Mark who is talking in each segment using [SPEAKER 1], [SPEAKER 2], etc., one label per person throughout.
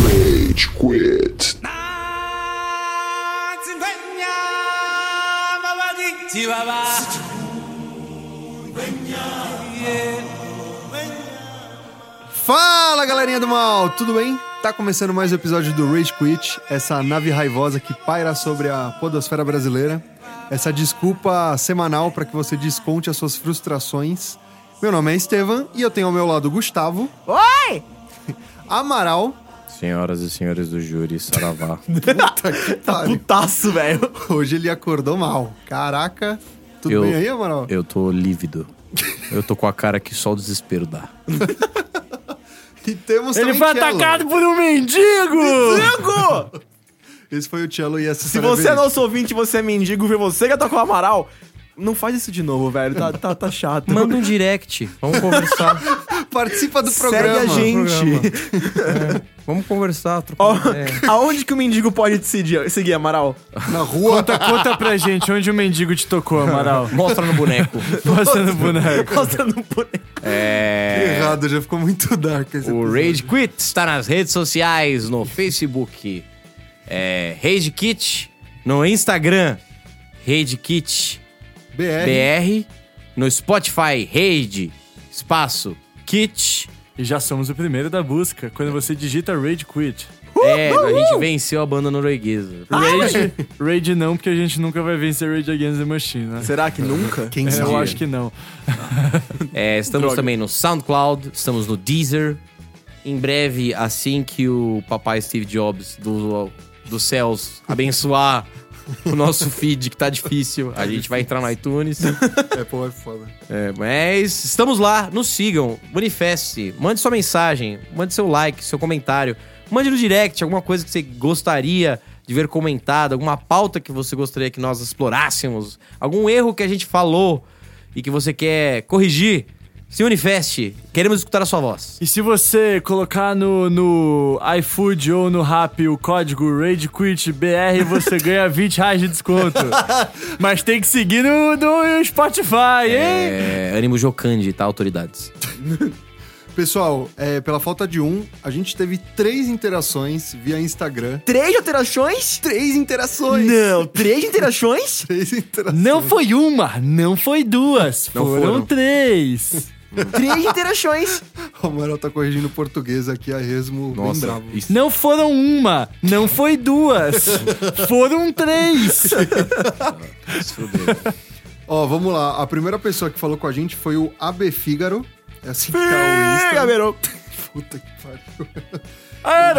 [SPEAKER 1] Rage Quit.
[SPEAKER 2] Fala galerinha do mal, tudo bem? Tá começando mais um episódio do Rage Quit, essa nave raivosa que paira sobre a podosfera brasileira, essa desculpa semanal para que você desconte as suas frustrações. Meu nome é Estevam e eu tenho ao meu lado Gustavo. Oi! Amaral.
[SPEAKER 3] Senhoras e senhores do júri, saravá.
[SPEAKER 2] Tá,
[SPEAKER 4] Putaço, velho.
[SPEAKER 2] hoje ele acordou mal. Caraca. Tudo
[SPEAKER 3] Eu-
[SPEAKER 2] bem aí, Amaral?
[SPEAKER 3] Eu tô lívido. Eu tô com a cara que só o desespero dá.
[SPEAKER 2] E temos
[SPEAKER 4] Ele
[SPEAKER 2] também
[SPEAKER 4] foi
[SPEAKER 2] Cello.
[SPEAKER 4] atacado por um mendigo! Mendigo!
[SPEAKER 2] Esse foi o Cello e essa
[SPEAKER 4] Se
[SPEAKER 2] história
[SPEAKER 4] você é
[SPEAKER 2] verídica.
[SPEAKER 4] nosso ouvinte e você é mendigo, vê você que atacou o Amaral, não faz isso de novo, velho. Tá, tá, tá chato.
[SPEAKER 3] Manda um direct. Vamos conversar.
[SPEAKER 2] Participa do
[SPEAKER 4] Segue
[SPEAKER 2] programa.
[SPEAKER 4] a gente.
[SPEAKER 3] Vamos conversar,
[SPEAKER 4] Ó,
[SPEAKER 3] trocar ideia.
[SPEAKER 4] É. aonde que o mendigo pode te seguir, seguir, Amaral?
[SPEAKER 2] Na rua.
[SPEAKER 5] Conta, conta pra gente onde o mendigo te tocou, Amaral.
[SPEAKER 3] Mostra no boneco.
[SPEAKER 5] Mostra no boneco.
[SPEAKER 4] Mostrando um boneco.
[SPEAKER 3] É.
[SPEAKER 2] Errado, já ficou muito dark esse
[SPEAKER 3] O
[SPEAKER 2] episódio.
[SPEAKER 3] Rage Quit está nas redes sociais, no Facebook, é, Rage Quit, no Instagram, Rage Quit
[SPEAKER 2] BR.
[SPEAKER 3] BR, no Spotify, Rage, espaço, Kit.
[SPEAKER 5] E já somos o primeiro da busca, quando você digita Rage Quit. Ah,
[SPEAKER 3] É, a gente venceu a banda norueguesa.
[SPEAKER 5] Rage, Rage não, porque a gente nunca vai vencer Rage Against the Machine, né?
[SPEAKER 4] Será que nunca?
[SPEAKER 2] Quem
[SPEAKER 5] É,
[SPEAKER 2] sabe?
[SPEAKER 5] Eu acho que não.
[SPEAKER 3] É, estamos
[SPEAKER 5] Droga.
[SPEAKER 3] também no SoundCloud, estamos no Deezer. Em breve, assim que o papai Steve Jobs do, dos céus abençoar o nosso feed, que tá difícil, a gente vai entrar no iTunes.
[SPEAKER 2] É, pô, é foda.
[SPEAKER 3] É, mas estamos lá, nos sigam, manifeste, mande sua mensagem, mande seu like, seu comentário, mande no direct alguma coisa que você gostaria de ver comentada, alguma pauta que você gostaria que nós explorássemos, algum erro que a gente falou e que você quer corrigir. Se manifeste, queremos escutar a sua voz.
[SPEAKER 5] E se você colocar no, no iFood ou no Rap o código RageQuitBR, você ganha 20 reais de desconto. Mas tem que seguir no, no Spotify, hein?
[SPEAKER 3] É, ânimo Jocande, tá, autoridades?
[SPEAKER 2] Pessoal, é, pela falta de um, a gente teve três interações via Instagram.
[SPEAKER 4] Três alterações?
[SPEAKER 2] Três interações!
[SPEAKER 4] Não, três interações?
[SPEAKER 2] Três interações.
[SPEAKER 5] Não foi uma, não foi duas,
[SPEAKER 3] Não
[SPEAKER 5] foram,
[SPEAKER 3] foram.
[SPEAKER 5] três.
[SPEAKER 4] três interações.
[SPEAKER 2] O Amaral tá corrigindo o português aqui a resmo bem bravo.
[SPEAKER 3] isso-
[SPEAKER 5] Não foram uma, não foi duas, foram três.
[SPEAKER 3] isso fudeu.
[SPEAKER 2] Ó, vamos lá. A primeira pessoa que falou com a gente foi o AB Fígaro. É assim que tá o Insta.
[SPEAKER 4] Gabeirão.
[SPEAKER 2] Puta que pariu.
[SPEAKER 5] Ah,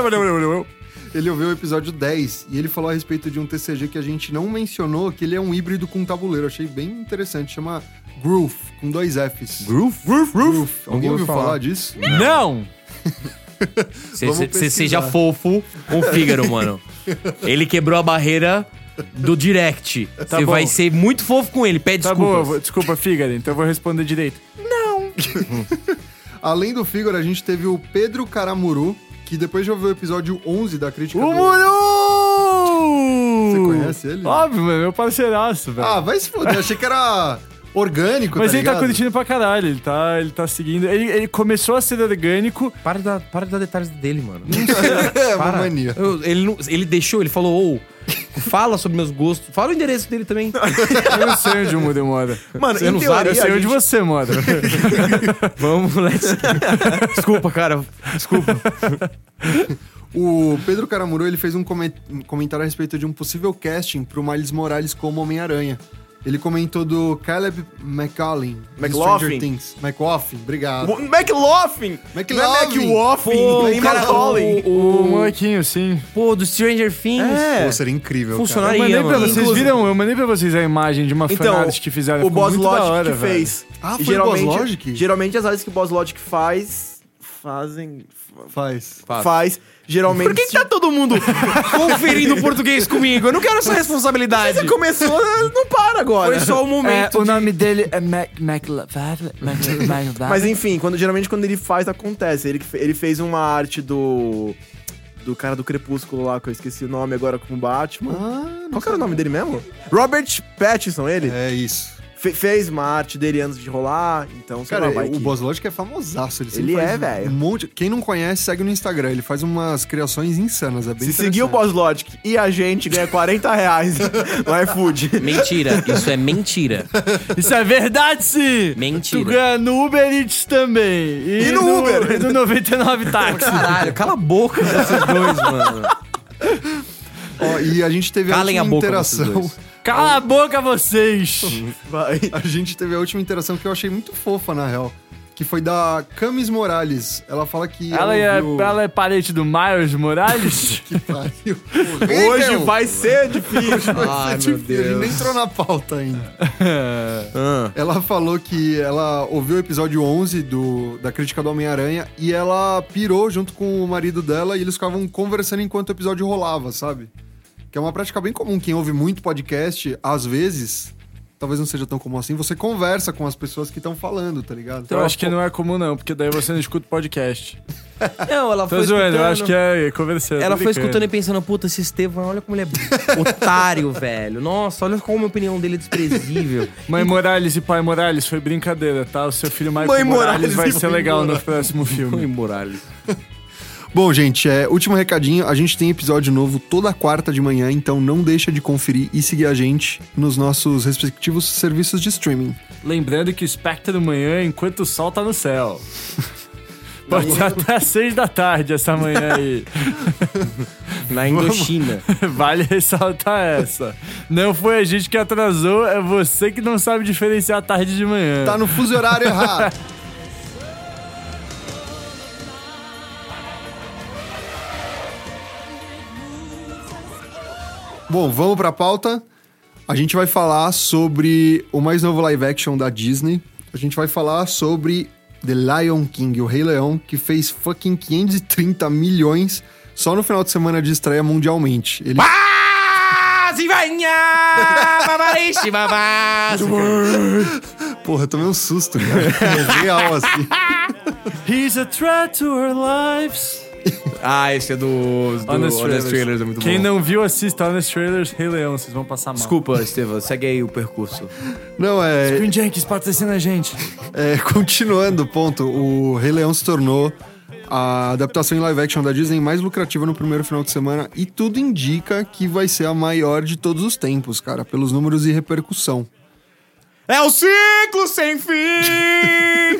[SPEAKER 2] Ele ouviu o episódio 10 e ele falou a respeito de um TCG que a gente não mencionou, que ele é um híbrido com tabuleiro. Achei bem interessante. Chama Groove, com dois Fs.
[SPEAKER 3] Groove?
[SPEAKER 2] Groove. Alguém
[SPEAKER 3] Nunca
[SPEAKER 2] ouviu
[SPEAKER 3] ouvi
[SPEAKER 2] falar,
[SPEAKER 3] falar.
[SPEAKER 2] disso?
[SPEAKER 5] Não!
[SPEAKER 3] Você
[SPEAKER 2] Vamos
[SPEAKER 3] se- você
[SPEAKER 2] pesquisar.
[SPEAKER 3] seja fofo com o Fígaro, mano. Ele quebrou a barreira do direct.
[SPEAKER 5] Tá
[SPEAKER 3] você
[SPEAKER 5] bom.
[SPEAKER 3] vai ser muito fofo com ele. Pede
[SPEAKER 5] Tá bom, eu
[SPEAKER 3] desculpas.
[SPEAKER 5] vou- desculpa, Fígaro, então eu vou responder direito.
[SPEAKER 2] Além do Figaro, a gente teve o Pedro Caramuru, que depois de ouvir o episódio 11 da crítica
[SPEAKER 5] O
[SPEAKER 2] do...
[SPEAKER 5] Muru!
[SPEAKER 2] Você conhece ele?
[SPEAKER 5] Óbvio, mano, meu parceiraço, velho.
[SPEAKER 2] Ah, vai se foder. Achei que era orgânico,
[SPEAKER 5] Mas
[SPEAKER 2] tá
[SPEAKER 5] ele tá
[SPEAKER 2] ligado?
[SPEAKER 5] curtindo pra caralho, ele tá, ele tá seguindo. Ele, ele começou a ser orgânico.
[SPEAKER 3] Para de, dar, para de dar detalhes dele, mano.
[SPEAKER 2] É, uma
[SPEAKER 3] Para.
[SPEAKER 2] mania.
[SPEAKER 3] Eu- ele, não- ele deixou, ele falou, ô, fala sobre meus gostos. Fala o endereço dele também.
[SPEAKER 5] Eu não sei onde o Muru mora.
[SPEAKER 4] Mano,
[SPEAKER 3] Você
[SPEAKER 4] em
[SPEAKER 3] não
[SPEAKER 4] teoria,
[SPEAKER 3] sabe,
[SPEAKER 5] Eu sei
[SPEAKER 4] a
[SPEAKER 5] onde
[SPEAKER 4] gente-
[SPEAKER 5] você mora.
[SPEAKER 3] Vamos, let's... Desculpa, cara. Desculpa.
[SPEAKER 2] O Pedro Caramuru, ele fez um comen- um comentário a respeito de um possível casting pro Miles Morales como Homem-Aranha. Ele comentou do Caleb McCallin, de
[SPEAKER 4] McLaughlin.
[SPEAKER 2] Stranger Things. McLaughlin, obrigado.
[SPEAKER 4] Wo- McLaughlin! Não é
[SPEAKER 2] McLaughlin.
[SPEAKER 3] Pô,
[SPEAKER 4] McLaughlin,
[SPEAKER 3] o cara-
[SPEAKER 4] McLaughlin.
[SPEAKER 5] o molequinho, sim.
[SPEAKER 3] Pô, do Stranger Things.
[SPEAKER 4] É.
[SPEAKER 2] Pô, seria incrível,
[SPEAKER 3] Funcionário-
[SPEAKER 5] Eu mandei
[SPEAKER 3] Faria,
[SPEAKER 5] pra
[SPEAKER 3] mano.
[SPEAKER 5] vocês,
[SPEAKER 4] Inclusive-
[SPEAKER 5] viram? Eu mandei pra vocês a imagem de uma
[SPEAKER 4] Então,
[SPEAKER 5] fanart que fizeram.
[SPEAKER 4] o
[SPEAKER 5] ficou
[SPEAKER 4] Boss
[SPEAKER 5] muito da
[SPEAKER 4] Logic
[SPEAKER 5] hora,
[SPEAKER 4] que
[SPEAKER 5] velho.
[SPEAKER 4] fez.
[SPEAKER 2] Ah, foi o
[SPEAKER 4] geralmente,
[SPEAKER 2] Boss Logic?
[SPEAKER 4] Geralmente as áreas que o Boss Logic faz, fazem...
[SPEAKER 2] cara. Faz.
[SPEAKER 3] Faz.
[SPEAKER 4] Faz, geralmente... Por que, tá todo mundo...
[SPEAKER 3] Conferindo português comigo. Eu não quero essa responsabilidade.
[SPEAKER 4] Você começou, não para agora.
[SPEAKER 3] Foi só o
[SPEAKER 5] É,
[SPEAKER 3] momento.
[SPEAKER 5] o nome dele é Mac, Mac, Mac, Mac,
[SPEAKER 2] Tá?
[SPEAKER 4] Mas enfim, quando, geralmente quando ele faz, acontece. Ele, fe- ele fez uma arte do... Do cara do Crepúsculo lá, que eu esqueci o nome agora com o Batman.
[SPEAKER 2] Ah,
[SPEAKER 4] Qual que era o nome dele mesmo? Robert Pattinson, ele?
[SPEAKER 2] é isso.
[SPEAKER 4] fe- fez uma arte dele antes de rolar, então, sei
[SPEAKER 2] Cara,
[SPEAKER 4] lá, vai
[SPEAKER 2] o
[SPEAKER 4] que-
[SPEAKER 2] Boss Logic é famosaço. Ele,
[SPEAKER 4] Ele
[SPEAKER 2] sempre faz
[SPEAKER 4] é, velho.
[SPEAKER 2] Um monte... Quem não conhece, segue no Instagram. Ele faz umas criações insanas. É bem
[SPEAKER 4] Se seguir o Boss Logic e a gente ganha 40 reais no iFood.
[SPEAKER 3] Mentira, isso é mentira.
[SPEAKER 5] Isso é verdade, sim! Tu
[SPEAKER 3] Mentira.
[SPEAKER 5] ganha no Uber Eats também. E,
[SPEAKER 4] E no Uber.
[SPEAKER 5] E no 99 Táxi.
[SPEAKER 3] Caralho, cala a boca desses dois, mano.
[SPEAKER 2] Ó, e a gente teve a
[SPEAKER 3] Calem
[SPEAKER 2] última
[SPEAKER 3] a boca desses
[SPEAKER 2] interação.
[SPEAKER 3] dois.
[SPEAKER 5] Cala a boca, vocês!
[SPEAKER 4] Vai.
[SPEAKER 2] A gente teve a última interação que eu achei muito fofa, na real. Que foi da Camis Morales. Ela fala que.
[SPEAKER 5] Ela é,
[SPEAKER 2] ouviu-
[SPEAKER 5] ela é parente do Miles Morales?
[SPEAKER 2] Que pariu.
[SPEAKER 4] Hoje
[SPEAKER 2] Horrível.
[SPEAKER 4] vai ser difícil.
[SPEAKER 2] Ah,
[SPEAKER 3] Ai, meu
[SPEAKER 2] tipo, Ele nem
[SPEAKER 3] Deus.
[SPEAKER 2] entrou na pauta ainda.
[SPEAKER 3] Ah,
[SPEAKER 2] Ela falou que ela ouviu o episódio 11 do, da crítica do Homem-Aranha e ela pirou junto com o marido dela e eles ficavam conversando enquanto o episódio rolava, sabe? Que é uma prática bem comum. Quem ouve muito podcast, às vezes, talvez não seja tão comum assim, você conversa com as pessoas que estão falando, tá ligado?
[SPEAKER 5] Eu acho que não é comum, não, porque daí você não escuta o podcast.
[SPEAKER 3] Não, ela
[SPEAKER 5] Tô
[SPEAKER 3] foi
[SPEAKER 5] zoando,
[SPEAKER 3] escutando.
[SPEAKER 5] eu acho que é conversando.
[SPEAKER 3] Ela foi escutando e pensando, puta, esse Estevam, olha como ele é otário, velho. Nossa, olha como a opinião dele é desprezível.
[SPEAKER 5] Mãe Morales e pai Morales, foi brincadeira, tá? O seu filho Michael
[SPEAKER 4] Mãe
[SPEAKER 5] Morales,
[SPEAKER 4] Morales
[SPEAKER 5] vai
[SPEAKER 4] e
[SPEAKER 5] ser
[SPEAKER 4] mãe
[SPEAKER 5] legal no próximo filme.
[SPEAKER 3] Morales.
[SPEAKER 2] Bom, gente, é, último recadinho. A gente tem episódio novo toda quarta de manhã, então não deixa de conferir e seguir a gente nos nossos respectivos serviços de streaming.
[SPEAKER 5] Lembrando que o Spectre manhã, enquanto o sol tá no céu. Pode ser até às seis da tarde essa manhã aí.
[SPEAKER 3] Na Indochina.
[SPEAKER 5] Vale ressaltar essa. Não foi a gente que atrasou, é você que não sabe diferenciar a tarde de manhã.
[SPEAKER 2] Tá no fuso horário errado. Bom, vamos pra pauta. A gente vai falar sobre o mais novo live action da Disney. A gente vai falar sobre The Lion King, o Rei Leão, que fez fucking 530 milhões só no final de semana de estreia mundialmente. Ele
[SPEAKER 3] Ah, Zivanha! Babareste, babás!
[SPEAKER 2] Porra, eu tomei um susto, cara. Real, assim.
[SPEAKER 5] He's a threat to our lives.
[SPEAKER 3] Ah, esse é do, do Honest, Trailers. é muito
[SPEAKER 5] Quem
[SPEAKER 3] bom.
[SPEAKER 5] não viu, assista Honest Trailers Rei Leão, vocês vão passar mal.
[SPEAKER 3] Desculpa, Estevam, segue aí o percurso.
[SPEAKER 2] Não, é.
[SPEAKER 5] Green Jenkins patrocina a gente.
[SPEAKER 2] É, continuando o ponto, o Rei Leão se tornou a adaptação em live action da Disney mais lucrativa no primeiro final de semana e tudo indica que vai ser a maior de todos os tempos, cara, pelos números e repercussão.
[SPEAKER 3] É o ciclo sem fim!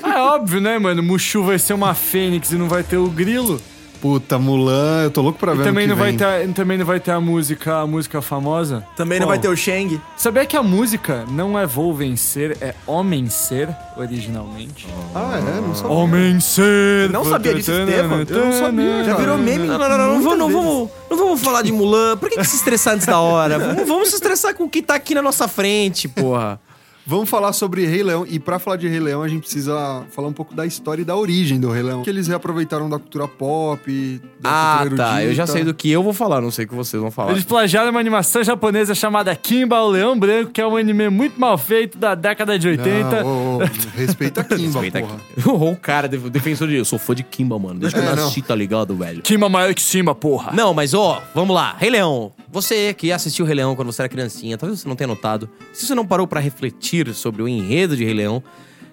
[SPEAKER 5] Ah, é óbvio, né, mano? Mushu vai ser uma fênix e não vai ter o grilo.
[SPEAKER 2] Puta, Mulan, eu tô louco pra ver
[SPEAKER 5] E também
[SPEAKER 2] ano
[SPEAKER 5] não,
[SPEAKER 2] que
[SPEAKER 5] vai
[SPEAKER 2] vem.
[SPEAKER 5] ter, a- também não vai ter a música, a música famosa.
[SPEAKER 4] Também não
[SPEAKER 5] Qual?
[SPEAKER 4] vai ter o Shang.
[SPEAKER 5] Sabia que a música não é Vou Vencer, é Homem Ser, originalmente?
[SPEAKER 2] Ah, é? Não sabia.
[SPEAKER 5] Homem Ser!
[SPEAKER 4] Não sabia disso, Estevam? Eu não sabia,
[SPEAKER 5] Já
[SPEAKER 4] cara.
[SPEAKER 5] virou meme.
[SPEAKER 3] né? Não, não, não, não, não, vamos, não, vamos, não vamos falar de Mulan. Por que, que se estressar antes da hora? Vamos, vamos se estressar com o que tá aqui na nossa frente, porra.
[SPEAKER 2] Vamos falar sobre Rei Leão. E pra falar de Rei Leão, a gente precisa falar um pouco da história e da origem do Rei Leão. Que eles reaproveitaram da cultura pop, da
[SPEAKER 3] Ah,
[SPEAKER 2] cultura
[SPEAKER 3] tá. Eu já
[SPEAKER 2] erudita.
[SPEAKER 3] sei do que eu vou falar, não sei o que vocês vão falar.
[SPEAKER 5] Eles plagiaram uma animação japonesa chamada Kimba, o Leão Branco, que é um anime muito mal feito da década de 80.
[SPEAKER 2] Ah, ô, ô, respeita a Kimba,
[SPEAKER 3] Respeita
[SPEAKER 2] porra.
[SPEAKER 3] aqui. O cara, def- defensor de. Eu sou fã de Kimba, mano. Desde que
[SPEAKER 2] É,
[SPEAKER 3] eu
[SPEAKER 2] não.
[SPEAKER 3] nasci, tá ligado, velho?
[SPEAKER 5] Kimba é maior que Simba, porra.
[SPEAKER 3] Não, mas ó, vamos lá. Rei Leão. Você que assistiu Rei Leão quando você era criancinha, talvez você não tenha notado. Se você não parou pra refletir sobre o enredo de Rei Leão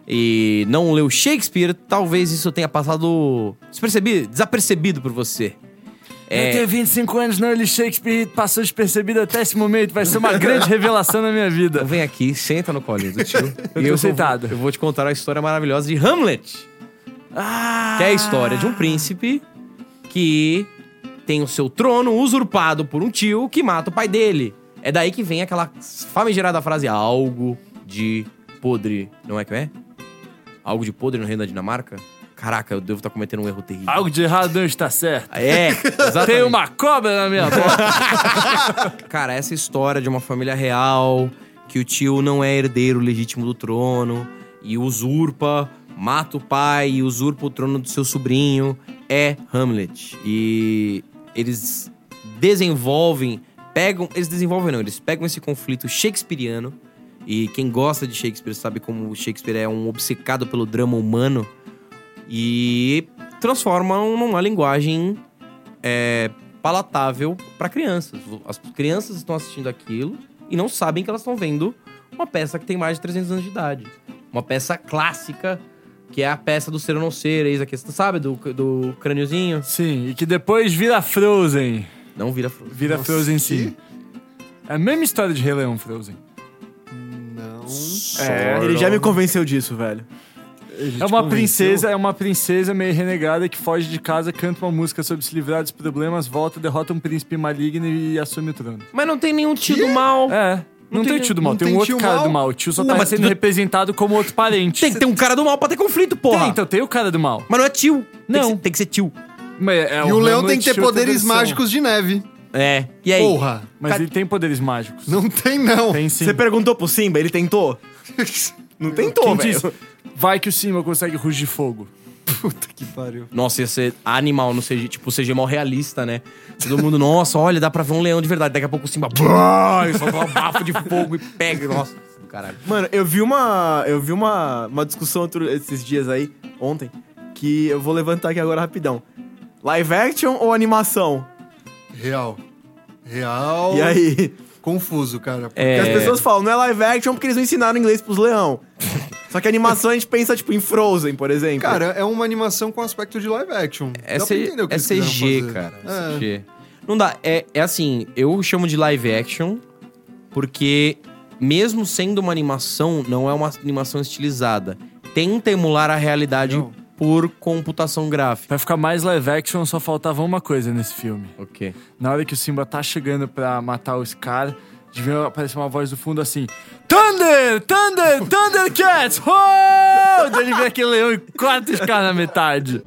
[SPEAKER 3] e não leu Shakespeare, talvez isso tenha passado despercebido, desapercebido por você.
[SPEAKER 4] É.
[SPEAKER 5] Eu tenho 25 anos, não, ele Shakespeare passou despercebido até esse momento. Vai ser uma grande revelação na minha vida.
[SPEAKER 3] Então vem aqui, senta no colinho do tio.
[SPEAKER 5] Eu tô
[SPEAKER 3] e
[SPEAKER 5] sentado.
[SPEAKER 3] Eu vou te contar a história maravilhosa de Hamlet.
[SPEAKER 5] Ah!
[SPEAKER 3] Que é a história de um príncipe que tem o seu trono usurpado por um tio que mata o pai dele. É daí que vem aquela famigerada frase: algo de podre. Não é que é? Algo de podre no reino da Dinamarca? Caraca, eu devo estar cometendo um erro terrível.
[SPEAKER 5] Algo de errado não está certo.
[SPEAKER 3] É, exatamente.
[SPEAKER 5] Tem uma cobra na minha boca.
[SPEAKER 3] Cara, essa história de uma família real, que o tio não é herdeiro legítimo do trono, e usurpa, mata o pai e usurpa o trono do seu sobrinho, é Hamlet. E eles desenvolvem, pegam. Eles desenvolvem, não, eles pegam esse conflito shakespeariano. E quem gosta de Shakespeare sabe como Shakespeare é um obcecado pelo drama humano e transformam numa linguagem é, palatável para crianças. As crianças estão assistindo aquilo e não sabem que elas estão vendo uma peça que tem mais de 300 anos de idade. Uma peça clássica, que é a peça do ser ou não ser, eis a questão, sabe? Do, do crâniozinho.
[SPEAKER 5] Sim, e que depois vira Frozen.
[SPEAKER 3] Não vira fruta.
[SPEAKER 5] Vira Frozen sim. É a mesma história de Rei Leão Frozen.
[SPEAKER 2] Não.
[SPEAKER 4] Ele já me convenceu disso, velho.
[SPEAKER 5] É uma princesa, é uma princesa meio renegada que foge de casa, canta uma música sobre se livrar dos problemas, volta, derrota um príncipe maligno e assume o trono.
[SPEAKER 3] Mas não tem nenhum tio do mal.
[SPEAKER 5] É. Não,
[SPEAKER 3] tem-
[SPEAKER 5] tem, tio do mal,
[SPEAKER 2] não
[SPEAKER 5] tem um
[SPEAKER 2] tem
[SPEAKER 5] outro
[SPEAKER 2] tio
[SPEAKER 5] cara
[SPEAKER 2] mal?
[SPEAKER 5] do mal. O tio só
[SPEAKER 3] Não,
[SPEAKER 5] tá
[SPEAKER 3] mas
[SPEAKER 5] sendo
[SPEAKER 3] tu-
[SPEAKER 5] representado como outro parente.
[SPEAKER 3] Tem que ter um cara do mal pra ter conflito, porra.
[SPEAKER 5] Tem, então tem o cara do mal.
[SPEAKER 3] Mas não é tio. Tem
[SPEAKER 5] Não.
[SPEAKER 3] que ser, tem que ser tio.
[SPEAKER 5] Mas é
[SPEAKER 2] E o leão
[SPEAKER 5] Hamlet
[SPEAKER 2] tem que ter
[SPEAKER 5] de outra
[SPEAKER 2] poderes
[SPEAKER 5] versão.
[SPEAKER 2] mágicos de neve.
[SPEAKER 3] É. E aí?
[SPEAKER 2] Porra.
[SPEAKER 5] Mas ele tem poderes mágicos.
[SPEAKER 2] Não tem, não.
[SPEAKER 5] Tem sim.
[SPEAKER 4] Você perguntou pro Simba, ele tentou? Não tentou,
[SPEAKER 5] Quem
[SPEAKER 4] velho.
[SPEAKER 5] disse? Vai que o Simba consegue rugir fogo.
[SPEAKER 2] Puta que pariu.
[SPEAKER 3] Nossa, ia ser animal no CG, tipo, CG mal realista, né? Todo mundo, nossa, olha, dá pra ver um leão de verdade. Daqui a pouco o Simba, brrr, e solta um bafo de fogo e pega. Nossa, do caralho.
[SPEAKER 4] Mano, eu vi uma. Eu vi uma, uma discussão outro- esses dias aí, ontem, que eu vou levantar aqui agora rapidão. Live action ou animação?
[SPEAKER 2] Real. Real.
[SPEAKER 4] E aí?
[SPEAKER 2] Confuso, cara. Porque
[SPEAKER 3] É.
[SPEAKER 4] Porque as pessoas falam, não é live action porque eles não ensinaram inglês pros leão. Só que animação a gente pensa, tipo, em Frozen, por exemplo.
[SPEAKER 2] Cara, é uma animação com aspecto de live action.
[SPEAKER 3] É,
[SPEAKER 2] Dá pra
[SPEAKER 3] C-
[SPEAKER 2] entender o que
[SPEAKER 3] é
[SPEAKER 2] eles quiseram
[SPEAKER 3] CG,
[SPEAKER 2] fazer.
[SPEAKER 3] cara.
[SPEAKER 2] É.
[SPEAKER 3] CG. Não dá. É, é assim, eu chamo de live action porque, mesmo sendo uma animação, não é uma animação estilizada. Tenta emular a realidade
[SPEAKER 2] Não.
[SPEAKER 3] por computação gráfica.
[SPEAKER 5] Pra ficar mais live action, só faltava uma coisa nesse filme.
[SPEAKER 3] Ok.
[SPEAKER 5] Na hora que o Simba tá chegando pra matar o Scar, devia aparecer uma voz do fundo assim: Thunder! Thunder! Thundercats! Ho! Daí ele vê aquele leão e corta o Scar na metade.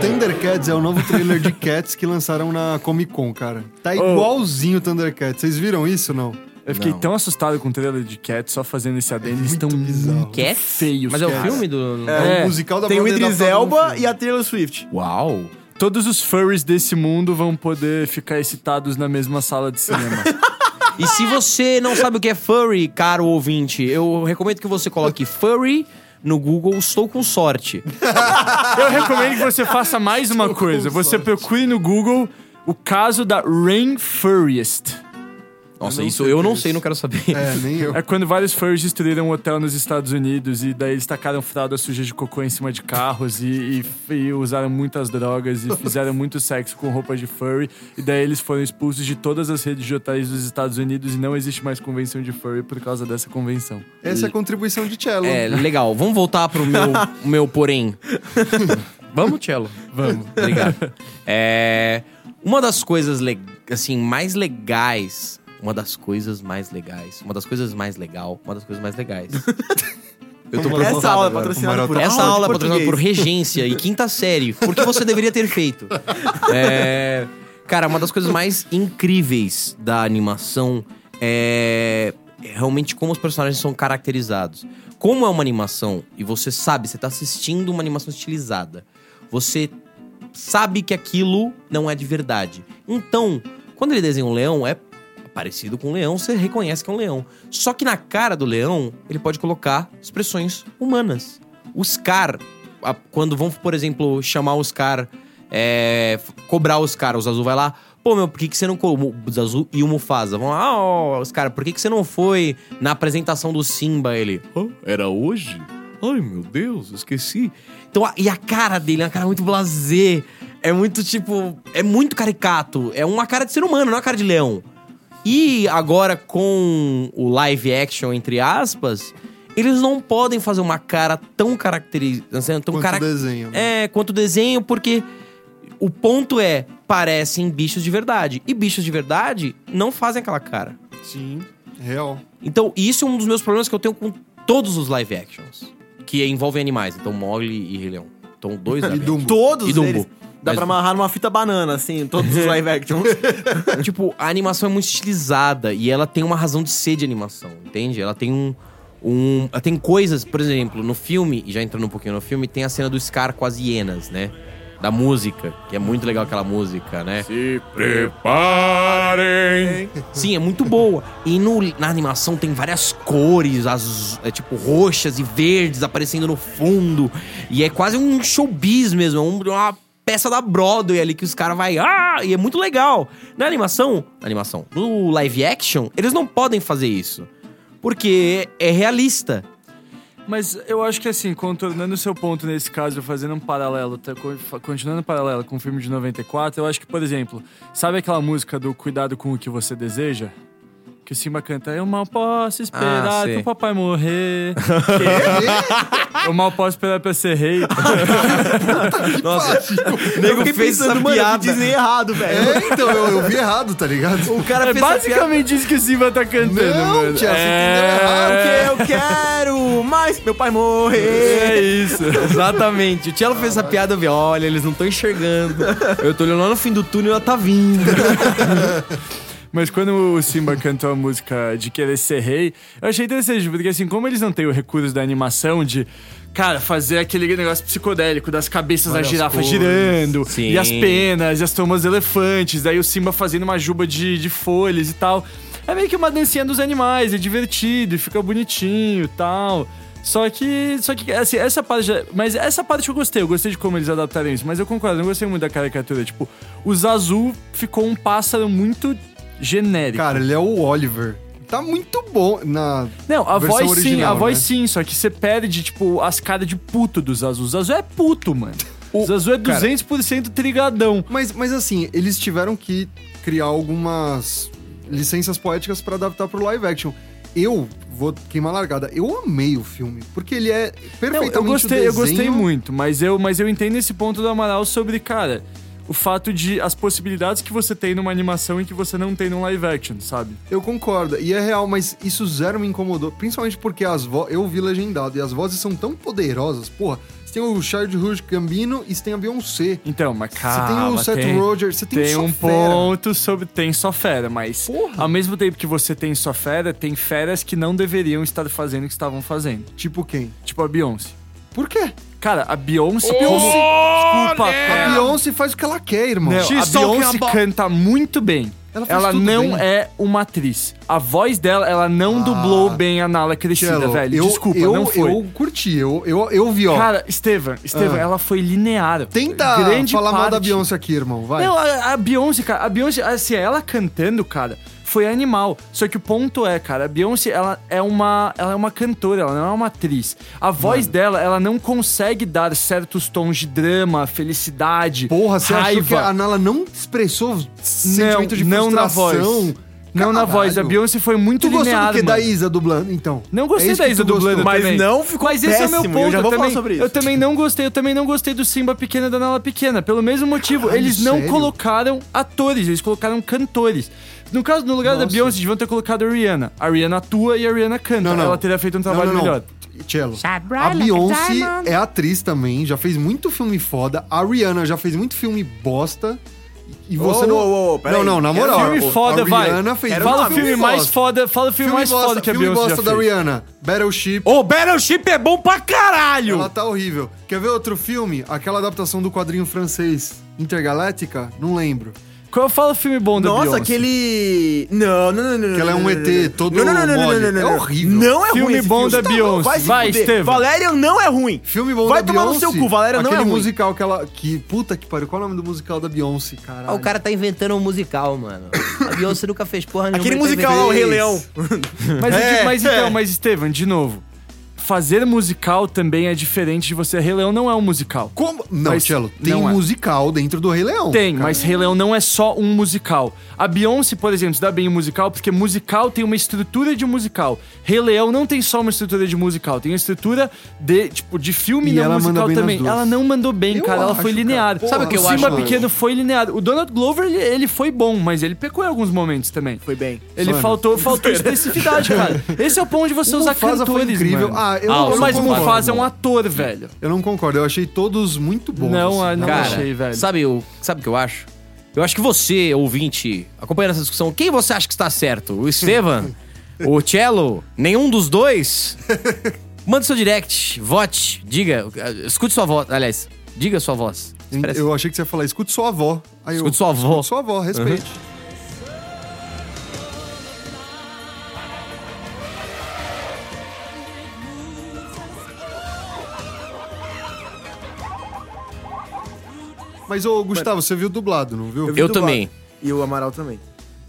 [SPEAKER 2] Thundercats é o novo trailer de Cats que lançaram na Comic Con, cara. Tá igualzinho o Thundercats. Vocês viram isso não?
[SPEAKER 5] Eu fiquei
[SPEAKER 3] Não.
[SPEAKER 5] tão assustado com o trailer de Cats só fazendo esse adendo. Eles estão
[SPEAKER 2] bizarro.
[SPEAKER 5] muito
[SPEAKER 3] Cats?
[SPEAKER 5] feios.
[SPEAKER 3] Mas é o
[SPEAKER 5] cara.
[SPEAKER 3] filme do.
[SPEAKER 2] É,
[SPEAKER 5] É.
[SPEAKER 2] o musical da
[SPEAKER 4] Tem o
[SPEAKER 2] banda
[SPEAKER 4] Idris
[SPEAKER 2] adaptada no
[SPEAKER 4] Elba
[SPEAKER 2] filme.
[SPEAKER 4] e a Taylor Swift.
[SPEAKER 3] Uau!
[SPEAKER 5] Todos os furries desse mundo vão poder ficar excitados na mesma sala de cinema.
[SPEAKER 3] E se você não sabe o que é furry, caro ouvinte, eu recomendo que você coloque furry no Google Estou com sorte.
[SPEAKER 5] Eu recomendo que você faça mais uma coisa. Você procure no Google o caso da Rain Furriest.
[SPEAKER 3] Nossa,
[SPEAKER 2] Eu não
[SPEAKER 3] isso
[SPEAKER 2] sei
[SPEAKER 3] eu
[SPEAKER 2] o que
[SPEAKER 3] não
[SPEAKER 2] é
[SPEAKER 3] sei,
[SPEAKER 2] isso.
[SPEAKER 3] não quero saber.
[SPEAKER 2] É, nem eu.
[SPEAKER 5] É quando vários furries destruíram um hotel nos Estados Unidos e daí eles tacaram fralda suja de cocô em cima de carros e, e- e usaram muitas drogas e fizeram muito sexo com roupa de furry e daí eles foram expulsos de todas as redes de hotéis dos Estados Unidos e não existe mais convenção de furry por causa dessa convenção.
[SPEAKER 2] Essa é a contribuição de Cello.
[SPEAKER 3] É, legal. Vamos voltar pro meu, meu porém. Vamos, Cello? Vamos. Obrigado. É, uma das coisas, le- assim, mais legais... Uma das coisas mais legais. Uma das coisas mais legal. Uma das coisas mais legais. Eu tô
[SPEAKER 4] Essa
[SPEAKER 3] preocupado
[SPEAKER 4] aula é
[SPEAKER 3] agora.
[SPEAKER 4] patrocinada por
[SPEAKER 3] Essa
[SPEAKER 4] de
[SPEAKER 3] aula é patrocinada por
[SPEAKER 4] português.
[SPEAKER 3] Regência e Quinta Série. Por que você deveria ter feito? É, cara, uma das coisas mais incríveis da animação é realmente como os personagens são caracterizados. Como é uma animação, e você sabe, você tá assistindo uma animação estilizada, você sabe que aquilo não é de verdade. Então, quando ele desenha um leão, é parecido com um leão, você reconhece que é um leão. Só que na cara do leão, ele pode colocar expressões humanas. O Scar, a- quando vão, por exemplo, chamar o Scar, é, f- cobrar o Scar, o Zazu vai lá, pô, meu, por que, que você não... co- O Zazu e o Mufasa vão lá, ah, ó, Scar, por que, que você não foi na apresentação do Simba, ele... "Hã? era hoje? Ai, meu Deus, esqueci. Então, a- e a cara dele é uma cara muito blasé. É muito, tipo... É muito caricato. É uma cara de ser humano, não é uma cara de leão. E agora com o live action, entre aspas, eles não podem fazer uma cara tão caracterizada. Tão
[SPEAKER 2] Quanto
[SPEAKER 3] cara...
[SPEAKER 2] desenho. né?
[SPEAKER 3] É, quanto desenho, porque o ponto é, parecem bichos de verdade. E bichos de verdade não fazem aquela cara.
[SPEAKER 2] Sim. Real.
[SPEAKER 3] Então, isso é um dos meus problemas que eu tenho com todos os live actions. Que envolvem animais. Então, Mogli e Rei Leão. Então, dois
[SPEAKER 2] E
[SPEAKER 3] live
[SPEAKER 2] Dumbo.
[SPEAKER 4] Todos
[SPEAKER 3] E Dumbo.
[SPEAKER 4] eles. Dá
[SPEAKER 3] Mas-
[SPEAKER 4] pra amarrar numa fita banana, assim, todos os live actions.
[SPEAKER 3] tipo, a animação é muito estilizada e ela tem uma razão de ser de animação, entende? Ela tem um. um ela tem coisas, por exemplo, no filme, e já entrando um pouquinho no filme, tem a cena do Scar com as hienas, né? Da música, que é muito legal aquela música, né?
[SPEAKER 5] Se preparem!
[SPEAKER 3] Sim, é muito boa. E no, na animação tem várias cores, as, é, tipo roxas e verdes aparecendo no fundo. E é quase um showbiz mesmo, é um- uma peça da Broadway ali que os caras vai, ah, e é muito legal. Na animação, na animação, no live action, eles não podem fazer isso. Porque é realista.
[SPEAKER 5] Mas eu acho que assim, contornando o seu ponto nesse caso, fazendo um paralelo, tá, co- fa- continuando um paralelo com o filme de 94, eu acho que, por exemplo, sabe aquela música do Cuidado com o que você deseja? Que o Simba canta, eu mal posso
[SPEAKER 3] Ah,
[SPEAKER 5] esperar
[SPEAKER 3] sei.
[SPEAKER 5] que o papai morrer. eu mal posso esperar pra ser rei.
[SPEAKER 3] Nossa, o nego
[SPEAKER 4] fiquei
[SPEAKER 3] fez essa
[SPEAKER 4] pensando, mano, eu
[SPEAKER 3] piada.
[SPEAKER 4] Disney errado, velho.
[SPEAKER 2] É, então, eu, eu vi errado, tá ligado?
[SPEAKER 3] O cara
[SPEAKER 5] É
[SPEAKER 3] fez essa piada.
[SPEAKER 5] basicamente isso que o Simba tá cantando,
[SPEAKER 2] Não,
[SPEAKER 5] mano.
[SPEAKER 2] Tia, você entendeu
[SPEAKER 5] é...
[SPEAKER 4] Porque Ah, eu quero mais meu pai morrer.
[SPEAKER 5] é isso.
[SPEAKER 3] Exatamente. O Tielo fez essa piada, eu vi, olha, eles não estão enxergando. Eu tô olhando lá no fim do túnel, ela tá vindo.
[SPEAKER 5] Mas quando o Simba cantou a música de querer ser rei, eu achei interessante, porque assim, como eles não têm o recurso da animação de, cara, fazer aquele negócio psicodélico das cabeças das
[SPEAKER 2] Várias
[SPEAKER 5] girafas
[SPEAKER 2] cores.
[SPEAKER 5] girando,
[SPEAKER 3] Sim.
[SPEAKER 5] e as penas, e as tomas elefantes, daí o Simba fazendo uma juba de, de folhas e tal. É meio que uma dancinha dos animais, é divertido, e fica bonitinho e tal. Só que, só que, assim, essa parte. já- Mas essa parte que eu gostei, eu gostei de como eles adaptaram isso, mas eu concordo, eu não gostei muito da caricatura. Tipo, o Zazu ficou um pássaro muito genérico.
[SPEAKER 2] Cara, ele é o Oliver. Tá muito bom na...
[SPEAKER 5] não, a
[SPEAKER 2] versão
[SPEAKER 5] voz sim,
[SPEAKER 2] original,
[SPEAKER 5] a voz
[SPEAKER 2] né?
[SPEAKER 5] sim, só que você perde, tipo, as caras de puto do Zazu. O Zazu é puto, mano. O Zazu é 200% trigadão.
[SPEAKER 2] Mas, mas assim, eles tiveram que criar algumas licenças poéticas pra adaptar pro live action. Eu vou queimar a largada. Eu amei o filme, porque ele é
[SPEAKER 5] Não,
[SPEAKER 2] perfeitamente
[SPEAKER 5] eu
[SPEAKER 2] o
[SPEAKER 5] gostei, eu
[SPEAKER 2] desenho.
[SPEAKER 5] gostei muito, mas eu, mas eu entendo esse ponto do Amaral sobre, cara, o fato de as possibilidades que você tem numa animação e que você não tem num live action, sabe?
[SPEAKER 2] Eu concordo, e é real, mas isso zero me incomodou. Principalmente porque as vo... eu vi legendado e as vozes são tão poderosas. Porra, você tem o Charles Rouge Gambino e você tem a Beyoncé.
[SPEAKER 5] Então, mas
[SPEAKER 2] Você tem
[SPEAKER 5] calma,
[SPEAKER 2] o Seth
[SPEAKER 5] tem-
[SPEAKER 2] Rogers, você tem,
[SPEAKER 5] Tem
[SPEAKER 2] só
[SPEAKER 5] um
[SPEAKER 2] fera.
[SPEAKER 5] ponto sobre tem só fera, mas
[SPEAKER 2] Porra.
[SPEAKER 5] ao mesmo tempo que você tem só fera, tem feras que não deveriam estar fazendo o que estavam fazendo.
[SPEAKER 2] Tipo quem?
[SPEAKER 5] Tipo a Beyoncé.
[SPEAKER 2] Por quê?
[SPEAKER 5] Cara, a Beyoncé.
[SPEAKER 2] Beyoncé-
[SPEAKER 5] Desculpa,
[SPEAKER 2] A
[SPEAKER 5] cara.
[SPEAKER 2] Beyoncé faz o que ela quer, irmão.
[SPEAKER 5] Não,
[SPEAKER 3] She's
[SPEAKER 5] a
[SPEAKER 3] talking
[SPEAKER 5] Beyoncé
[SPEAKER 3] about-
[SPEAKER 5] canta muito bem.
[SPEAKER 2] é Ela
[SPEAKER 5] Ela,
[SPEAKER 2] faz tudo
[SPEAKER 5] não
[SPEAKER 2] bem.
[SPEAKER 5] é uma atriz. A voz dela, ela não
[SPEAKER 2] Ah.
[SPEAKER 5] dublou bem a Nala Crescida,
[SPEAKER 2] Cello,
[SPEAKER 5] velho.
[SPEAKER 2] eu-
[SPEAKER 5] Desculpa,
[SPEAKER 2] eu,
[SPEAKER 5] não foi.
[SPEAKER 2] Eu curti, eu, eu, eu vi, ó.
[SPEAKER 5] Cara, Estevam, Estevam,
[SPEAKER 2] Ah.
[SPEAKER 5] ela foi linear.
[SPEAKER 2] Tenta
[SPEAKER 5] Grande
[SPEAKER 2] falar mal da
[SPEAKER 5] parte.
[SPEAKER 2] Beyoncé aqui, irmão, vai.
[SPEAKER 5] Não, a, a Beyoncé, cara, a Beyoncé, assim, ela cantando, cara, foi animal. Só que o ponto é, cara, a Beyoncé, ela é uma, ela é uma cantora, ela não é uma atriz. A voz dela, ela não consegue dar certos tons de drama, felicidade,
[SPEAKER 2] Porra, você achou que
[SPEAKER 5] raiva.
[SPEAKER 2] a Nala não expressou
[SPEAKER 5] não,
[SPEAKER 2] sentimento de
[SPEAKER 5] não na voz.
[SPEAKER 2] frustração?
[SPEAKER 5] Não na
[SPEAKER 2] Caralho.
[SPEAKER 5] voz, a Beyoncé foi muito
[SPEAKER 2] Tu gostou
[SPEAKER 5] linear,
[SPEAKER 2] do que da
[SPEAKER 5] mano.
[SPEAKER 2] Isa dublando, então?
[SPEAKER 5] Não gostei
[SPEAKER 2] É isso
[SPEAKER 5] da
[SPEAKER 2] que
[SPEAKER 5] Isa
[SPEAKER 2] tu gostou?
[SPEAKER 5] dublando
[SPEAKER 4] Mas
[SPEAKER 5] também.
[SPEAKER 4] não ficou
[SPEAKER 5] Mas esse é o meu
[SPEAKER 4] péssimo, eu
[SPEAKER 5] ponto.
[SPEAKER 4] já vou falar
[SPEAKER 5] também,
[SPEAKER 4] sobre isso.
[SPEAKER 5] Eu também não gostei. Eu também não gostei do Simba pequena e da Nala pequena. Pelo mesmo motivo,
[SPEAKER 2] Caralho,
[SPEAKER 5] eles não
[SPEAKER 2] sério?
[SPEAKER 5] colocaram atores, eles colocaram cantores. No caso, no lugar da
[SPEAKER 2] Nossa.
[SPEAKER 5] Beyoncé, deviam ter colocado a Rihanna. A Rihanna atua e a Rihanna canta.
[SPEAKER 2] Não, não.
[SPEAKER 5] Ela teria feito um
[SPEAKER 2] Não,
[SPEAKER 5] trabalho
[SPEAKER 2] não, não.
[SPEAKER 5] melhor.
[SPEAKER 2] Cello. A Beyoncé é atriz também, já fez muito filme foda. A Rihanna já fez muito filme bosta. E você
[SPEAKER 4] Ô,
[SPEAKER 2] não.
[SPEAKER 4] ô, ô, ô, peraí.
[SPEAKER 2] não, não, na
[SPEAKER 4] Era
[SPEAKER 2] moral.
[SPEAKER 5] Filme foda,
[SPEAKER 2] a
[SPEAKER 5] vai.
[SPEAKER 2] Rihanna fez
[SPEAKER 4] Era
[SPEAKER 5] Fala o
[SPEAKER 2] muito
[SPEAKER 5] filme mais
[SPEAKER 2] bosta.
[SPEAKER 5] foda, fala o filme, mais
[SPEAKER 2] bosta,
[SPEAKER 5] foda que a
[SPEAKER 2] filme
[SPEAKER 5] Beyoncé já
[SPEAKER 2] bosta da
[SPEAKER 5] fez.
[SPEAKER 2] Rihanna. Battleship.
[SPEAKER 3] Ô, Battleship é bom pra caralho!
[SPEAKER 2] Ela tá horrível. Quer ver outro filme? Aquela adaptação do quadrinho francês Intergaláctica? Não lembro.
[SPEAKER 5] Qual fala o filme bom da Beyoncé?
[SPEAKER 4] Nossa, aquele. Não, não, não, não.
[SPEAKER 2] Que ela é um
[SPEAKER 4] não, não,
[SPEAKER 2] ET
[SPEAKER 4] não, não.
[SPEAKER 2] todo
[SPEAKER 4] Não, não, não, não, não,
[SPEAKER 2] mole.
[SPEAKER 4] não, não, não.
[SPEAKER 2] É horrível.
[SPEAKER 4] Não é
[SPEAKER 5] Filme
[SPEAKER 4] ruim. esse
[SPEAKER 5] bom da
[SPEAKER 4] Você tá
[SPEAKER 5] Beyoncé.
[SPEAKER 4] louco, se
[SPEAKER 5] Vai,
[SPEAKER 4] fuder.
[SPEAKER 5] Estevam.
[SPEAKER 4] Valerian não é ruim.
[SPEAKER 2] Filme bom
[SPEAKER 4] Vai
[SPEAKER 2] da
[SPEAKER 4] tomar no
[SPEAKER 2] Beyoncé.
[SPEAKER 4] seu cu, Valéria, não
[SPEAKER 2] Aquele
[SPEAKER 4] é ruim.
[SPEAKER 2] musical que ela... Que, puta que pariu. Qual é o nome do musical da Beyoncé, caralho?
[SPEAKER 1] Ah, o cara tá inventando um musical, mano. A Beyoncé nunca fez porra nenhuma.
[SPEAKER 4] Aquele
[SPEAKER 1] ele tá
[SPEAKER 4] musical lá, o Rei
[SPEAKER 1] inventando-
[SPEAKER 4] Leão.
[SPEAKER 5] Mas, eu digo- mas
[SPEAKER 4] é.
[SPEAKER 5] então, mas Estevam, de novo. Fazer musical também é diferente de você. Rei Leão não é um musical.
[SPEAKER 2] Como? Não,
[SPEAKER 5] Mas
[SPEAKER 2] Tchelo. Tem um
[SPEAKER 5] não é.
[SPEAKER 2] musical dentro do Rei Leão.
[SPEAKER 5] Tem, mas Rei Leão não é só um musical. A Beyoncé, por exemplo, se dá bem em musical porque musical tem uma estrutura de musical. Rei Leão não tem só uma estrutura de musical, tem uma estrutura de, tipo, de filme
[SPEAKER 2] E
[SPEAKER 5] e não
[SPEAKER 2] ela manda
[SPEAKER 5] musical
[SPEAKER 2] bem nas
[SPEAKER 5] também.
[SPEAKER 2] duas.
[SPEAKER 5] Ela não mandou bem,
[SPEAKER 2] Eu
[SPEAKER 5] cara. Ela
[SPEAKER 2] acho,
[SPEAKER 5] foi
[SPEAKER 2] cara.
[SPEAKER 5] linear.
[SPEAKER 2] Porra, Sabe
[SPEAKER 1] o que eu
[SPEAKER 5] Simba
[SPEAKER 1] acho, mano?
[SPEAKER 5] Pequeno foi linear. O Donald Glover, ele, ele foi bom, mas ele pecou em alguns momentos também.
[SPEAKER 4] Foi bem.
[SPEAKER 5] Ele
[SPEAKER 2] Mano.
[SPEAKER 5] faltou, faltou especificidade, cara. Esse é o ponto de você
[SPEAKER 2] O
[SPEAKER 5] usar
[SPEAKER 2] Mufasa foi
[SPEAKER 5] cantores,
[SPEAKER 2] incrível.
[SPEAKER 5] mano.
[SPEAKER 2] Ah, eu
[SPEAKER 3] Ah,
[SPEAKER 2] não,
[SPEAKER 3] o
[SPEAKER 2] eu
[SPEAKER 5] Mas
[SPEAKER 2] não
[SPEAKER 5] o
[SPEAKER 2] concordo.
[SPEAKER 5] Mufasa é um ator, velho.
[SPEAKER 2] Eu não concordo. Eu achei todos muito bons. assim,
[SPEAKER 5] Não, ah, não
[SPEAKER 3] Cara,
[SPEAKER 5] achei, velho.
[SPEAKER 3] Sabe o sabe o que eu acho? Eu acho que você, ouvinte, acompanhando essa discussão, quem você acha que está certo? O Estevam? o Cello? Nenhum dos dois? Manda seu direct, vote, diga, escute sua voz, aliás, diga sua voz. Expressa.
[SPEAKER 2] Hum, Eu achei que você ia falar, escute sua avó. Aí eu,
[SPEAKER 3] Escute sua avó.
[SPEAKER 2] Escute sua avó, respeite. Mas, ô, Gustavo, você viu dublado, não viu?
[SPEAKER 4] vi
[SPEAKER 3] Eu
[SPEAKER 4] dublado.
[SPEAKER 3] também.
[SPEAKER 4] E o Amaral também.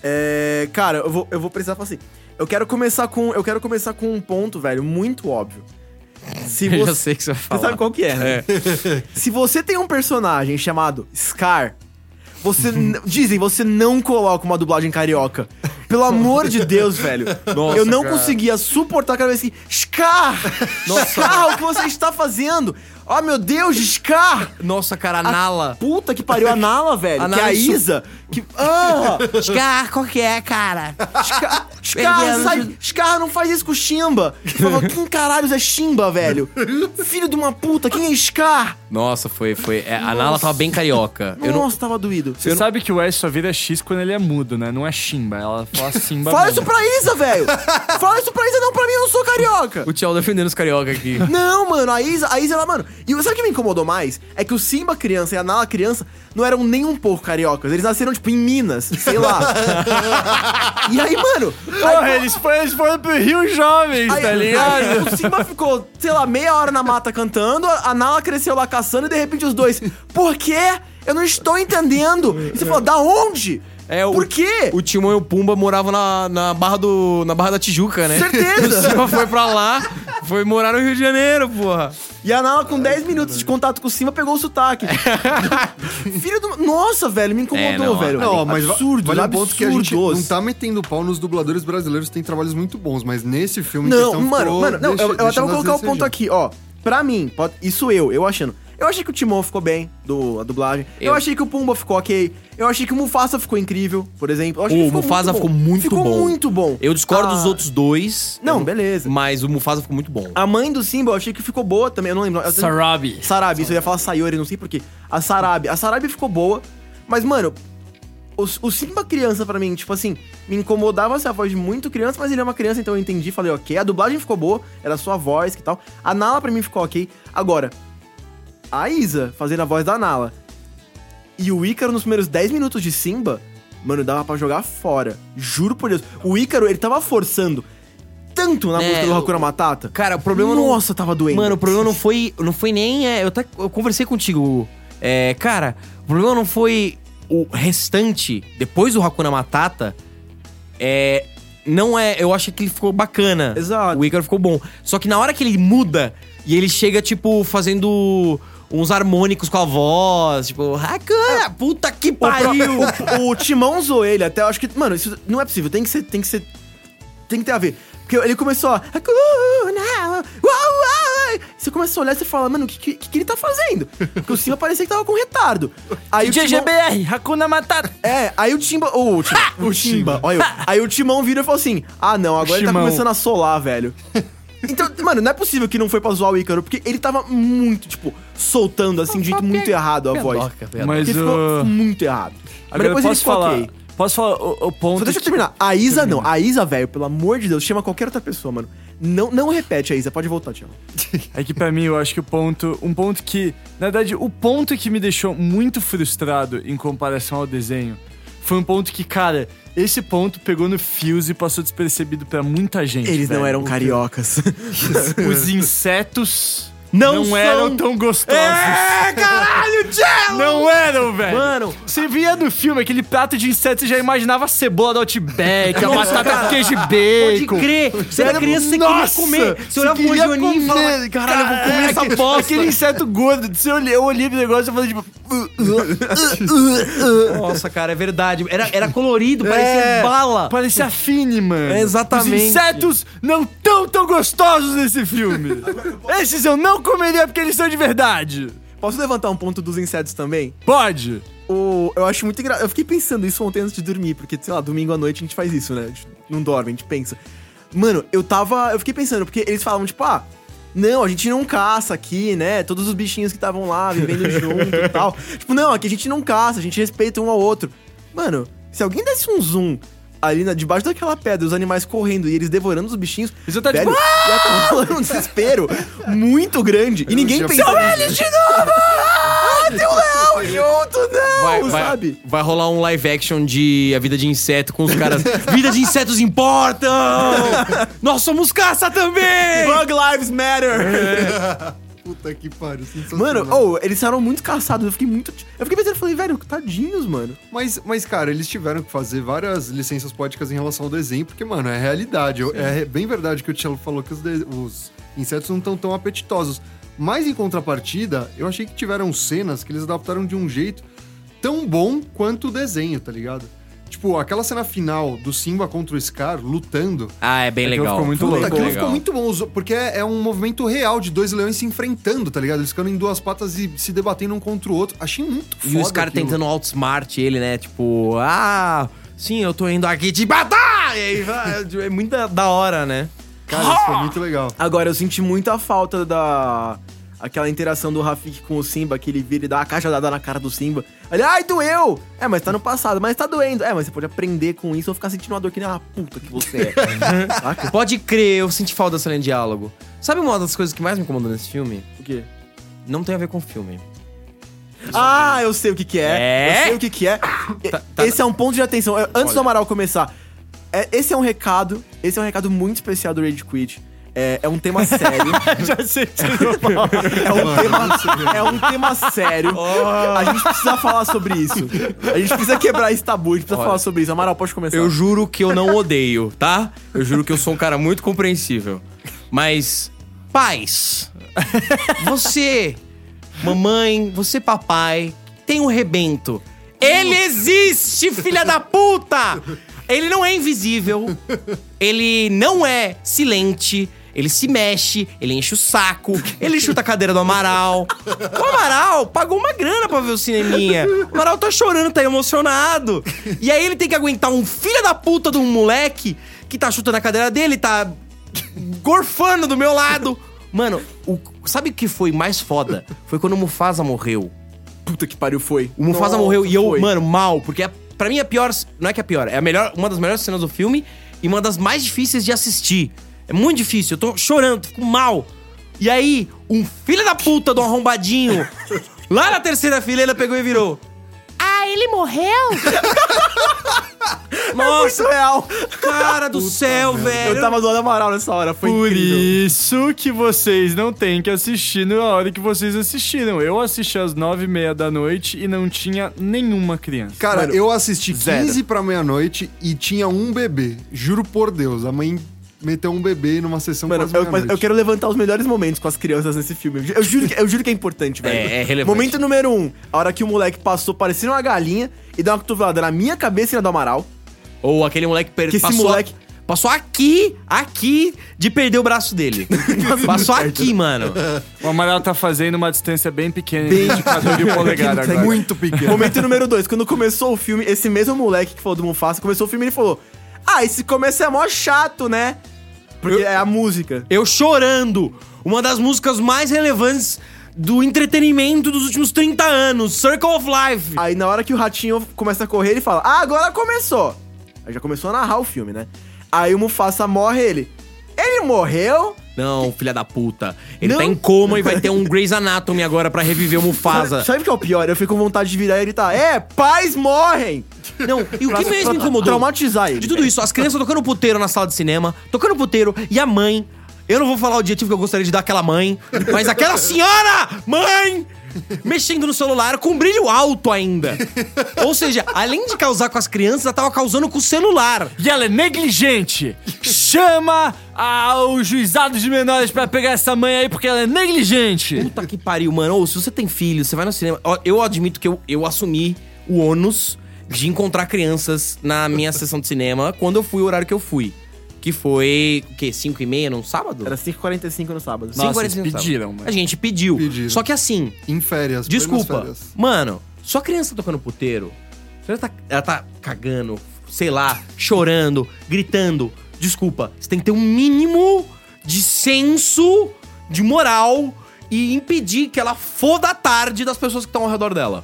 [SPEAKER 4] É, cara, eu vou, eu vou precisar falar assim. Eu quero começar com. Eu quero começar com um ponto, velho, muito óbvio. Se
[SPEAKER 3] Eu já
[SPEAKER 4] você,
[SPEAKER 3] sei o que você vai falar.
[SPEAKER 4] você sabe qual que é, né?
[SPEAKER 3] É.
[SPEAKER 4] Se você tem um personagem chamado Scar, você. n- dizem, você não coloca uma dublagem carioca. Pelo amor de Deus, velho. eu não conseguia suportar cada vez que. assim, Scar! Scar, o que você está fazendo? Oh, meu Deus, Scar!
[SPEAKER 3] Nossa, cara, Nala.
[SPEAKER 4] Puta que pariu, a Nala, velho.
[SPEAKER 3] A
[SPEAKER 4] que é
[SPEAKER 3] Nala
[SPEAKER 4] a
[SPEAKER 3] é su-
[SPEAKER 4] Isa. Que. Ah!
[SPEAKER 1] Scar, qual que é, cara?
[SPEAKER 4] Scar, Scar,
[SPEAKER 1] Perdemos.
[SPEAKER 4] sai, Scar, não faz isso com o Shimba. Eu falava, quem caralho é Shimba, velho? Filho de uma puta, quem é Scar?
[SPEAKER 3] Nossa, foi. foi é, a Nala tava bem carioca. Eu não.
[SPEAKER 4] Nossa, tava doído.
[SPEAKER 5] Você sabe que o S só vira X quando ele é mudo, né? Não é Shimba. Ela fala Simba.
[SPEAKER 4] Fala
[SPEAKER 5] mesmo.
[SPEAKER 4] isso pra Isa, velho! Fala isso pra Isa, não pra mim, eu não sou carioca!
[SPEAKER 3] O Tchau defendendo os carioca aqui.
[SPEAKER 4] Não, mano, a Isa, a Isa, ela, mano. E sabe o que me incomodou mais? É que o Simba criança e a Nala criança não eram nem um pouco cariocas. Eles nasceram, tipo, em Minas, sei lá. e aí, mano.
[SPEAKER 5] Porra, eles foram, eles foram pro Rio Jovens,
[SPEAKER 4] Aí,
[SPEAKER 5] tá ligado?
[SPEAKER 4] aí o Simba ficou, sei lá, meia hora na mata cantando, a Nala cresceu lá caçando e de repente os dois. Por quê? Eu não estou entendendo. E você falou, da onde?
[SPEAKER 3] É, o-
[SPEAKER 4] Por quê?
[SPEAKER 3] O Timão e o Pumba moravam na, na, barra, do, na barra da Tijuca, né?
[SPEAKER 4] Certeza.
[SPEAKER 3] O Simba foi pra lá, foi morar no Rio de Janeiro, porra.
[SPEAKER 4] E a Nala, com 10 minutos de contato com o Simba, pegou o sotaque. Filho do. Nossa, velho, me incomodou,
[SPEAKER 3] É, não,
[SPEAKER 4] velho.
[SPEAKER 2] Não, ó, mas va-
[SPEAKER 4] absurdo,
[SPEAKER 2] vale
[SPEAKER 4] absurdo.
[SPEAKER 2] o ponto que a gente não tá metendo pau nos dubladores brasileiros, tem trabalhos muito bons, mas nesse filme em
[SPEAKER 4] Não,
[SPEAKER 2] questão
[SPEAKER 4] mano,
[SPEAKER 2] ficou-
[SPEAKER 4] mano, não,
[SPEAKER 2] deixa-
[SPEAKER 4] eu, eu até
[SPEAKER 2] deixando
[SPEAKER 4] vou
[SPEAKER 2] a
[SPEAKER 4] colocar o ponto
[SPEAKER 2] desejar.
[SPEAKER 4] aqui, ó. Pra mim, pode- isso eu, eu achando. Eu achei que o Timon ficou bem, do, a dublagem. Eu.
[SPEAKER 3] Eu.
[SPEAKER 4] achei que o Pumba ficou ok. Eu achei que o Mufasa ficou incrível, por exemplo. Eu achei
[SPEAKER 3] O
[SPEAKER 4] que ficou
[SPEAKER 3] Mufasa ficou muito bom.
[SPEAKER 4] Ficou muito bom.
[SPEAKER 3] Eu discordo
[SPEAKER 4] Ah,
[SPEAKER 3] dos outros dois.
[SPEAKER 4] Não, beleza.
[SPEAKER 3] Mas o Mufasa ficou muito bom.
[SPEAKER 4] A mãe do Simba eu achei que ficou boa também, eu não lembro. Eu-
[SPEAKER 5] Sarabi.
[SPEAKER 4] Sarabi, isso eu ia falar Sayori, não sei porquê. A Sarabi. A Sarabi ficou boa, mas, mano, o, o Simba criança pra mim, tipo assim, me incomodava ser a voz de muito criança, mas ele é uma criança, então eu entendi, falei, ok. A dublagem ficou boa, era sua voz que tal. A Nala pra mim ficou ok. Agora, a Isa fazendo a voz da Nala e o Ícaro nos primeiros 10 minutos de Simba, mano, dava pra jogar fora. Juro por Deus. O Ícaro, ele tava forçando tanto na
[SPEAKER 3] É,
[SPEAKER 4] música do
[SPEAKER 3] o-
[SPEAKER 4] Hakuna Matata.
[SPEAKER 3] Cara, o problema não.
[SPEAKER 4] Nossa, tava doendo.
[SPEAKER 3] Mano, o problema não foi, não foi nem. é, eu, até, eu conversei contigo. Hugo. É, cara, o problema não foi o restante, depois do Hakuna Matata. É. Não é. Eu achei que ele ficou bacana.
[SPEAKER 4] Exato.
[SPEAKER 3] O Ícaro ficou bom. Só que na hora que ele muda e ele chega, tipo, fazendo uns harmônicos com a voz, tipo, Hakuna, puta que
[SPEAKER 4] O, pro-
[SPEAKER 3] pariu!
[SPEAKER 4] o- o Timão zoou ele até, eu acho que. Mano, isso não é possível, tem que ser. Tem que ser. Tem que ter a ver. Porque ele começou a. "Hakuna, uau, uau". Você começa a olhar e você fala, mano, o que, que, que ele tá fazendo? Porque o Simba parecia que tava com retardo. Aí o Timão-
[SPEAKER 5] GGBR, Hakuna Matata.
[SPEAKER 4] É, aí o Timba. Ô, o Timba. o Timba. Olha, eu. aí o Timão vira e fala assim: Ah, não, agora ele tá
[SPEAKER 5] Timão.
[SPEAKER 4] começando a solar, velho. Então, mano, não é possível que não foi pra zoar o Ícaro, porque ele tava muito, tipo, soltando assim, de jeito muito errado a voz.
[SPEAKER 3] Piadoca, piadoca.
[SPEAKER 5] Mas
[SPEAKER 4] Porque ficou
[SPEAKER 5] o.
[SPEAKER 4] muito errado. Mas
[SPEAKER 5] Agora
[SPEAKER 4] depois ele
[SPEAKER 5] posso
[SPEAKER 4] ficou
[SPEAKER 5] falar.
[SPEAKER 4] ok.
[SPEAKER 5] Posso falar o, o ponto.
[SPEAKER 4] Só deixa eu
[SPEAKER 5] que-
[SPEAKER 4] terminar. A Isa não. A Isa, velho, pelo amor de Deus, chama qualquer outra pessoa, mano. Não, não repete a Isa. Pode voltar, Tiago.
[SPEAKER 5] É que pra mim, eu acho que o ponto. Um ponto que. Na verdade, o ponto que me deixou muito frustrado em comparação ao desenho foi um ponto que, cara, esse ponto pegou no fios e passou despercebido pra muita gente.
[SPEAKER 4] Eles
[SPEAKER 5] velho.
[SPEAKER 4] não eram cariocas.
[SPEAKER 5] Os insetos.
[SPEAKER 4] Não
[SPEAKER 5] Não,
[SPEAKER 4] são.
[SPEAKER 5] eram tão gostosos.
[SPEAKER 4] É, caralho, Tiago!
[SPEAKER 5] Não eram, velho.
[SPEAKER 4] Mano.
[SPEAKER 5] Você via no filme aquele prato de insetos e já imaginava a cebola do Outback, a batata com queijo e
[SPEAKER 1] Pode
[SPEAKER 5] bacon.
[SPEAKER 1] crer, você era criança, você
[SPEAKER 5] Nossa,
[SPEAKER 1] queria comer. Você
[SPEAKER 5] você
[SPEAKER 1] olhava pro
[SPEAKER 5] queria
[SPEAKER 1] Joninho e falava,
[SPEAKER 5] comer,
[SPEAKER 1] caralho, eu vou comer
[SPEAKER 5] Caraca,
[SPEAKER 1] essa bosta.
[SPEAKER 5] Aquele inseto gordo. Se eu olhei, eu olhei pro negócio e falei, tipo...
[SPEAKER 3] Nossa, cara, é verdade. Era, era colorido, parecia
[SPEAKER 5] É.
[SPEAKER 3] bala.
[SPEAKER 5] Parecia Fini, mano.
[SPEAKER 3] É, exatamente.
[SPEAKER 5] Os insetos não tão tão gostosos nesse filme. Esses eu não comeria porque eles são de verdade.
[SPEAKER 4] Posso levantar um ponto dos insetos também?
[SPEAKER 5] Pode.
[SPEAKER 4] O, eu acho muito engraçado. Eu fiquei pensando isso ontem antes de dormir, porque, sei lá, domingo à noite a gente faz isso, né? A gente não dorme, a gente pensa. Mano, eu tava. Eu fiquei pensando, porque eles falavam, tipo, ah, não, a gente não caça aqui, né? Todos os bichinhos que estavam lá vivendo junto e tal. Tipo, não, aqui a gente não caça, a gente respeita um ao outro. Mano, se alguém desse um zoom ali na, debaixo daquela pedra, os animais correndo e eles devorando os bichinhos.
[SPEAKER 5] Eles iam tá
[SPEAKER 4] velho,
[SPEAKER 5] tipo,
[SPEAKER 4] ia rolar um desespero muito grande. E ninguém
[SPEAKER 2] tinha
[SPEAKER 4] pensa.
[SPEAKER 2] pensado nisso.
[SPEAKER 4] eles de novo! Ah, tem um leão junto, não!
[SPEAKER 3] Vai, vai,
[SPEAKER 4] sabe?
[SPEAKER 3] vai rolar um live action de A Vida de Inseto com os caras. Vida de insetos importam! Nós somos caça também!
[SPEAKER 4] Bug Lives Matter!
[SPEAKER 2] Puta que pariu. sensacional.
[SPEAKER 4] Mano, ou eles saíram muito caçados. Eu fiquei muito. Eu fiquei pensando, eu falei, velho, tadinhos, mano.
[SPEAKER 2] Mas, mas, cara, eles tiveram que fazer várias licenças poéticas em relação ao desenho, porque, mano, é realidade. Eu- É bem verdade que o Tchelo falou que os, de- os insetos não estão tão apetitosos. Mas, em contrapartida, eu achei que tiveram cenas que eles adaptaram de um jeito tão bom quanto o desenho, tá ligado? Tipo, aquela cena final do Simba contra o Scar lutando.
[SPEAKER 3] Ah, é bem
[SPEAKER 5] Aquilo
[SPEAKER 3] legal.
[SPEAKER 5] ficou muito
[SPEAKER 2] Puta,
[SPEAKER 5] louco.
[SPEAKER 2] aquilo
[SPEAKER 3] legal.
[SPEAKER 2] ficou muito bom, os- porque é é um movimento real de dois leões se enfrentando, tá ligado? Eles ficando em duas patas e se debatendo um contra o outro. Achei muito
[SPEAKER 3] E
[SPEAKER 2] foda.
[SPEAKER 3] os caras
[SPEAKER 2] aquilo.
[SPEAKER 3] tentando outsmart ele, né? Tipo, ah, sim, eu tô indo aqui te matar! E aí, vai, é muito da, da hora, né?
[SPEAKER 2] Cara, isso foi muito legal.
[SPEAKER 4] Agora, eu senti muita falta da. Aquela interação do Rafik com o Simba, que ele vira e dá a cajadada na cara do Simba. Ele, ai, doeu! É, mas tá no passado, mas tá doendo. É, mas você pode aprender com isso ou ficar sentindo uma dor que nem a puta que você é. Saca?
[SPEAKER 3] Pode crer, eu senti falta dessa linha de diálogo. Sabe uma das coisas que mais me incomodou nesse filme?
[SPEAKER 4] O quê?
[SPEAKER 3] Não tem a ver com o filme.
[SPEAKER 4] Ah, eu sei o que que é.
[SPEAKER 3] É?
[SPEAKER 4] Eu sei o que que é.
[SPEAKER 3] tá.
[SPEAKER 4] Esse é um ponto de atenção. É, Antes do Amaral começar, é, esse é um recado, esse é um recado muito especial do Rage Quit. É, é um tema sério.
[SPEAKER 5] Já senti.
[SPEAKER 4] É um, tema, é um tema sério. A gente precisa falar sobre isso. A gente precisa quebrar esse tabu, a gente precisa falar sobre isso. Amaral, pode começar.
[SPEAKER 3] Eu juro que eu não odeio, tá? Eu juro que eu sou um cara muito compreensível. Mas, pais, você, mamãe, você, papai, tem um rebento. Ele existe, filha da puta! Ele não é invisível, ele não é silente, ele se mexe, ele enche o saco, ele chuta a cadeira do Amaral. O Amaral pagou uma grana pra ver o cineminha. O Amaral tá chorando, tá emocionado. E aí ele tem que aguentar um filho da puta de um moleque que tá chutando a cadeira dele, tá gorfando do meu lado. Mano, o- sabe o que foi mais foda? Foi quando o Mufasa morreu.
[SPEAKER 4] Puta que pariu, foi.
[SPEAKER 3] O Mufasa morreu e eu,
[SPEAKER 4] foi.
[SPEAKER 3] mano, mal, porque é, pra mim é a pior, não é que é a pior, é a melhor, uma das melhores cenas do filme e uma das mais difíceis de assistir. É muito difícil, eu tô chorando, fico mal. E aí, um filho da puta de um arrombadinho, lá na terceira fileira, pegou e virou. Ah, ele morreu? Nossa,
[SPEAKER 4] Isso é real.
[SPEAKER 3] cara do céu, velho.
[SPEAKER 4] Eu tava zoando Amaral nessa hora, foi
[SPEAKER 5] Por
[SPEAKER 4] incrível.
[SPEAKER 5] isso que vocês não têm que assistir na hora que vocês assistiram. Eu assisti às nove e meia da noite e não tinha nenhuma criança.
[SPEAKER 2] Cara,
[SPEAKER 4] Mano,
[SPEAKER 2] eu assisti
[SPEAKER 5] zero.
[SPEAKER 2] 15 pra meia-noite e tinha um bebê. Juro por Deus, a mãe meteu um bebê numa sessão
[SPEAKER 4] Mano,
[SPEAKER 2] quase
[SPEAKER 4] eu, mas
[SPEAKER 2] meia-noite.
[SPEAKER 4] eu quero levantar os melhores momentos com as crianças nesse filme. Eu ju- Eu juro que, eu juro que é importante, velho.
[SPEAKER 3] É, é relevante.
[SPEAKER 4] Momento número um: a hora que o moleque passou parecendo uma galinha e deu uma cotovelada na minha cabeça e na do Amaral.
[SPEAKER 3] Ou aquele moleque per...
[SPEAKER 4] Que esse
[SPEAKER 3] passou,
[SPEAKER 4] moleque-
[SPEAKER 3] passou aqui, aqui, de perder o braço dele. passou aqui, mano.
[SPEAKER 5] O Amaral tá fazendo uma distância bem pequena entre o indicador e o polegar agora.
[SPEAKER 2] Muito pequeno.
[SPEAKER 4] Momento número dois: quando começou o filme, esse mesmo moleque que falou do Mufasa começou o filme ele falou: Ah, esse começo é mó chato, né? Porque é a música.
[SPEAKER 3] Eu chorando. Uma das músicas mais relevantes do entretenimento dos últimos 30 anos, Circle of Life.
[SPEAKER 4] Aí na hora que o ratinho começa a correr, ele fala: Ah, agora começou! Aí já começou a narrar o filme, né? Aí o Mufasa morre ele. Ele morreu?
[SPEAKER 3] Não, filha da puta. Ele
[SPEAKER 4] Não.
[SPEAKER 3] tá em coma e vai ter um Grey's Anatomy agora pra reviver o Mufasa.
[SPEAKER 4] Sabe- Sabe o que é o pior? Eu fico com vontade de virar e gritar: É, pais morrem!
[SPEAKER 3] Não, e o que
[SPEAKER 4] Pra-
[SPEAKER 3] mesmo
[SPEAKER 4] pra
[SPEAKER 3] incomodou?
[SPEAKER 4] Traumatizar ele.
[SPEAKER 3] De tudo isso, as crianças tocando puteiro na sala de cinema, tocando puteiro, e a mãe. Eu não vou falar o adjetivo que eu gostaria de dar àquela mãe, mas aquela senhora! Mãe! Mexendo no celular com brilho alto ainda. Ou seja, além de causar com as crianças, ela tava causando com o celular.
[SPEAKER 5] E ela é negligente. Chama ao juizado de menores pra pegar essa mãe aí porque ela é negligente.
[SPEAKER 3] Puta que pariu, mano. Ou se você tem filho, você vai no cinema. Ó, Eu admito que eu, eu assumi o ônus de encontrar crianças na minha sessão de cinema quando eu fui o horário que eu fui. Que foi, o quê? 5 e meia num sábado?
[SPEAKER 4] Era 5h45 no sábado.
[SPEAKER 5] Nossa,
[SPEAKER 3] 5h45 no sábado.
[SPEAKER 5] pediram, mano.
[SPEAKER 3] A gente pediu.
[SPEAKER 2] Pediram.
[SPEAKER 3] Só que assim,
[SPEAKER 2] Em férias. plenas
[SPEAKER 3] desculpa.
[SPEAKER 2] férias.
[SPEAKER 3] Mano, só criança tocando puteiro. Ela tá, ela tá cagando, sei lá, chorando, gritando. Desculpa, você tem que ter um mínimo de senso, de moral e impedir que ela foda a tarde das pessoas que estão ao redor dela.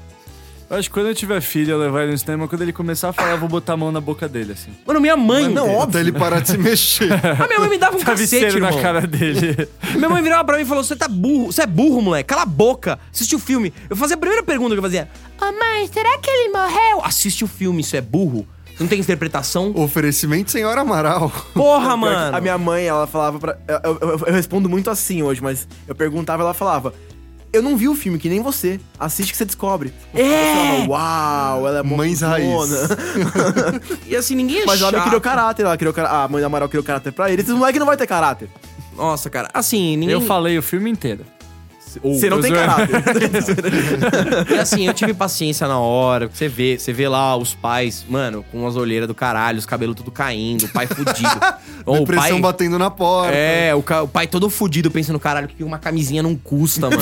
[SPEAKER 5] Eu acho que quando eu tiver filho, eu levar ele no cinema. Quando ele começar a falar, eu vou botar a mão na boca dele, assim.
[SPEAKER 3] Mano, minha mãe.
[SPEAKER 2] Não, óbvio. Até ele parar de se mexer.
[SPEAKER 3] A minha mãe me
[SPEAKER 4] Tá
[SPEAKER 3] dava um cacete,
[SPEAKER 5] Travesseiro Tá na
[SPEAKER 3] irmão.
[SPEAKER 5] cara dele.
[SPEAKER 3] Minha mãe virava pra mim e falou: Você tá burro, você é burro, moleque, cala a boca, assiste o filme. Eu fazia a primeira pergunta que eu fazia: Ô mãe, será que ele morreu? Assiste o filme, isso é burro. Não tem interpretação.
[SPEAKER 2] Oferecimento Senhora Amaral.
[SPEAKER 3] Porra,
[SPEAKER 4] Pior é que
[SPEAKER 3] mano.
[SPEAKER 4] A minha mãe, ela falava pra. Eu, eu- eu- eu respondo muito assim hoje, mas eu perguntava ela falava. Eu não vi o filme, que nem você. Assiste que você descobre. Eu falava, Uau, ela é mó
[SPEAKER 2] Mães raiz.
[SPEAKER 4] cuzona."
[SPEAKER 3] E assim, ninguém é
[SPEAKER 4] Mas ela
[SPEAKER 3] chato.
[SPEAKER 4] não criou caráter, ela criou cara- A mãe da Amaral criou caráter pra ele. Esse moleque não vai ter caráter.
[SPEAKER 3] Nossa, cara. Assim, ninguém...
[SPEAKER 5] Eu falei o filme inteiro.
[SPEAKER 4] Você não
[SPEAKER 5] eu
[SPEAKER 4] tem
[SPEAKER 5] zoei.
[SPEAKER 4] caráter.
[SPEAKER 3] E assim, eu tive paciência na hora. Você vê, você vê lá os pais, mano, com as olheiras do caralho, os cabelos tudo caindo, o pai fudido. Ou o
[SPEAKER 2] Depressão
[SPEAKER 3] pai...
[SPEAKER 2] batendo na porta.
[SPEAKER 3] É, o, ca- o pai todo fudido pensando, caralho, que uma camisinha não custa, mano.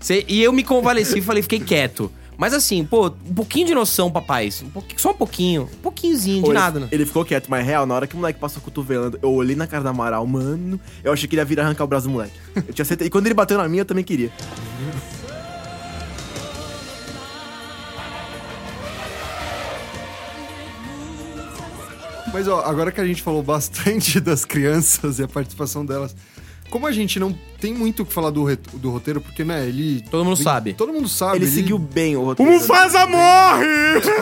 [SPEAKER 3] Cê- e eu me convalesci e falei, fiquei quieto. Mas assim, pô, um pouquinho de noção, papais. Um pouquinho, só um pouquinho. Um pouquinhozinho, de
[SPEAKER 4] Ele-
[SPEAKER 3] nada, né?
[SPEAKER 4] Ele ficou quieto, mas real, na hora que o moleque passou cotovelando, eu olhei na cara da Amaral, mano. Eu achei que ele ia vir arrancar o braço do moleque. Eu tinha certeza. E quando ele bateu na minha, eu também queria.
[SPEAKER 2] Mas ó, agora que a gente falou bastante das crianças e a participação delas, como a gente não tem muito o que falar do, re- do roteiro, porque, né, ele.
[SPEAKER 3] Todo mundo
[SPEAKER 2] ele-
[SPEAKER 3] sabe.
[SPEAKER 2] Todo mundo sabe.
[SPEAKER 4] Ele seguiu bem o roteiro.
[SPEAKER 5] Sobre o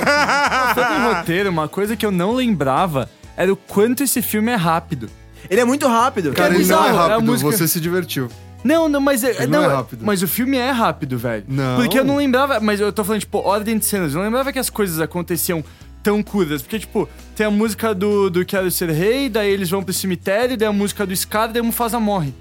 [SPEAKER 2] Ah.
[SPEAKER 5] roteiro, uma coisa que eu não lembrava era o quanto esse filme é rápido.
[SPEAKER 4] Ele é muito rápido.
[SPEAKER 2] Cara, ele não é
[SPEAKER 5] bizarro, é a
[SPEAKER 2] rápido,
[SPEAKER 5] música-
[SPEAKER 2] você se divertiu.
[SPEAKER 5] Não, não, mas é,
[SPEAKER 2] Ele não
[SPEAKER 5] não,
[SPEAKER 2] é rápido.
[SPEAKER 5] Mas o filme é rápido, velho.
[SPEAKER 2] Não.
[SPEAKER 5] Porque eu não lembrava, mas eu tô falando tipo ordem de cenas, eu não lembrava que as coisas aconteciam tão curtas, porque tipo, tem a música do do Quero Ser Rei, daí eles vão pro cemitério, daí a música do Scar, daí o Mufasa morre.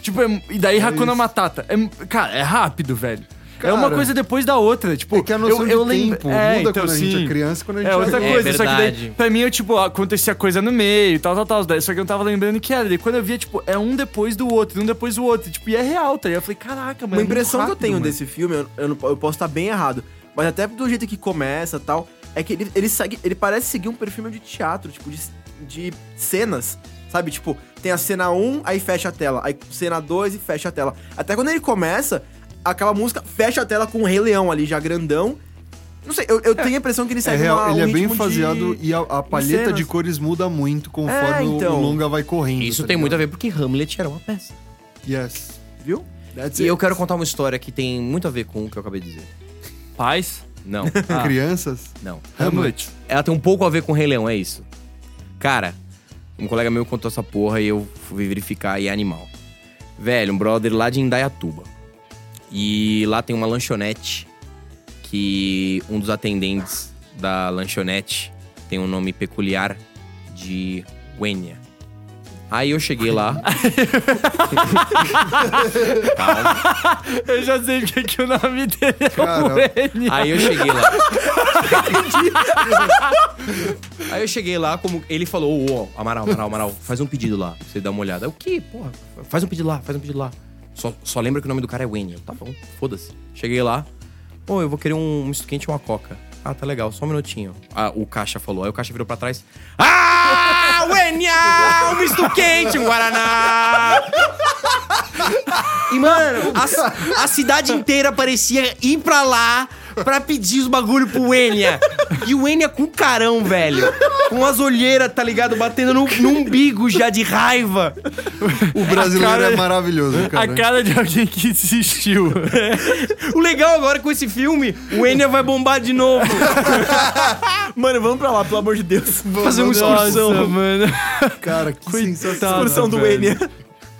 [SPEAKER 5] Tipo, é- e daí Hakuna
[SPEAKER 2] isso.
[SPEAKER 5] Matata. É- cara, é rápido, velho. é
[SPEAKER 2] Cara,
[SPEAKER 5] uma coisa depois da outra, tipo,
[SPEAKER 2] É que a noção
[SPEAKER 5] eu,
[SPEAKER 2] de
[SPEAKER 5] eu lembro-
[SPEAKER 2] tempo
[SPEAKER 5] é,
[SPEAKER 2] muda
[SPEAKER 5] então,
[SPEAKER 2] quando a gente
[SPEAKER 5] sim.
[SPEAKER 2] é criança e quando a gente
[SPEAKER 5] É outra
[SPEAKER 2] adulto.
[SPEAKER 5] coisa, só que daí,
[SPEAKER 3] verdade.
[SPEAKER 5] pra mim, eu, tipo, acontecia coisa no meio e tal, tal, tal. Daí, só que eu não tava lembrando que era. Daí quando eu via, tipo, é um depois do outro, um depois do outro. Tipo, e é real, tá? ligado? eu falei, caraca, mano.
[SPEAKER 4] Uma
[SPEAKER 5] é muito
[SPEAKER 4] impressão que eu
[SPEAKER 5] rápido,
[SPEAKER 4] tenho
[SPEAKER 5] mano.
[SPEAKER 4] desse filme, eu, eu não- eu posso estar bem errado, mas até do jeito que começa e tal, é que ele, ele segue. Ele parece seguir um perfil meio de teatro, tipo, de, de cenas. Sabe, tipo, tem a cena 1, aí fecha a tela. Aí cena 2 e fecha a tela. Até quando ele começa, acaba a música, fecha a tela com o Rei Leão ali, já grandão. Não sei, eu, eu tenho a impressão que ele
[SPEAKER 2] É
[SPEAKER 4] segue
[SPEAKER 2] real,
[SPEAKER 4] uma-
[SPEAKER 2] ele
[SPEAKER 4] um
[SPEAKER 2] é bem
[SPEAKER 4] ritmo de-
[SPEAKER 2] faseado e a, a palheta
[SPEAKER 4] cenas.
[SPEAKER 2] de cores muda muito conforme
[SPEAKER 4] É,
[SPEAKER 2] o-
[SPEAKER 4] então.
[SPEAKER 2] o longa vai correndo.
[SPEAKER 3] Isso
[SPEAKER 2] tá
[SPEAKER 3] tem muito a
[SPEAKER 2] ligado?
[SPEAKER 3] ver porque Hamlet era uma peça.
[SPEAKER 2] Yes.
[SPEAKER 4] Viu?
[SPEAKER 2] That's it.
[SPEAKER 3] E eu quero contar uma história que tem muito a ver com o que eu acabei de dizer.
[SPEAKER 5] Paz,
[SPEAKER 3] Não,
[SPEAKER 2] Crianças?
[SPEAKER 3] não.
[SPEAKER 5] Hamlet.
[SPEAKER 3] Ela tem um pouco a ver com o Rei Leão, é isso. Cara, um colega meu contou essa porra e eu fui verificar e é animal. Velho, um brother lá de Indaiatuba. E lá tem uma lanchonete que um dos atendentes da lanchonete tem um nome peculiar de Wenya. Aí eu cheguei lá. Calma.
[SPEAKER 5] Eu já sei porque que o nome dele é
[SPEAKER 2] Cara,
[SPEAKER 5] o N.
[SPEAKER 3] Aí eu cheguei lá. Aí eu cheguei lá, como ele falou, ô, ô, Amaral, Amaral, Amaral, faz um pedido lá, pra você dá uma olhada. Eu, o quê? Porra, faz um pedido lá, faz um pedido lá. Só, só lembra que o nome do cara é Wayne. Eu, Tá bom, foda-se. Cheguei lá, pô, eu vou querer um misto quente e uma coca. Ah, tá legal, só um minutinho. Ah, o caixa falou. Aí o caixa virou pra trás. Ah, Wenya! Um misto quente, um Guaraná! E, mano, a, a cidade inteira parecia ir pra lá pra pedir os bagulho pro Enya. E o Enya com carão, velho. Com as olheiras, tá ligado? Batendo no, no umbigo já de raiva.
[SPEAKER 2] o brasileiro
[SPEAKER 5] A cara-
[SPEAKER 2] é maravilhoso,
[SPEAKER 5] A
[SPEAKER 2] cara.
[SPEAKER 5] cara de alguém que insistiu.
[SPEAKER 3] O legal agora com esse filme, o Enya vai bombar de novo.
[SPEAKER 4] Mano, vamos pra lá, pelo amor de Deus.
[SPEAKER 3] Fazer uma
[SPEAKER 5] Nossa,
[SPEAKER 3] excursão.
[SPEAKER 5] mano.
[SPEAKER 2] Cara, que sensacional.
[SPEAKER 4] Excursão do
[SPEAKER 5] velho.
[SPEAKER 4] Enya.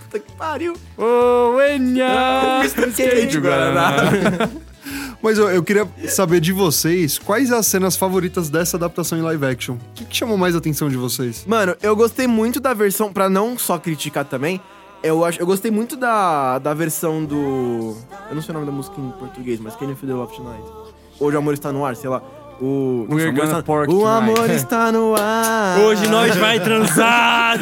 [SPEAKER 4] Puta que pariu.
[SPEAKER 5] Ô, Enya!
[SPEAKER 4] Quente, Guaraná.
[SPEAKER 2] Mas eu, eu queria saber de vocês quais as cenas favoritas dessa adaptação em live action. O que, que chamou mais a atenção de vocês?
[SPEAKER 4] Mano, eu gostei muito da versão, pra não só criticar também, eu, acho, eu gostei muito da, da versão do. Eu não sei o nome da música em português, mas Can You Feel the Love Tonight? Hoje o amor está no ar, sei lá. O, Nossa, o amor
[SPEAKER 5] We're gonna
[SPEAKER 4] está-
[SPEAKER 5] pork
[SPEAKER 4] O
[SPEAKER 5] tonight.
[SPEAKER 4] amor está no ar.
[SPEAKER 3] Hoje nós vai transar.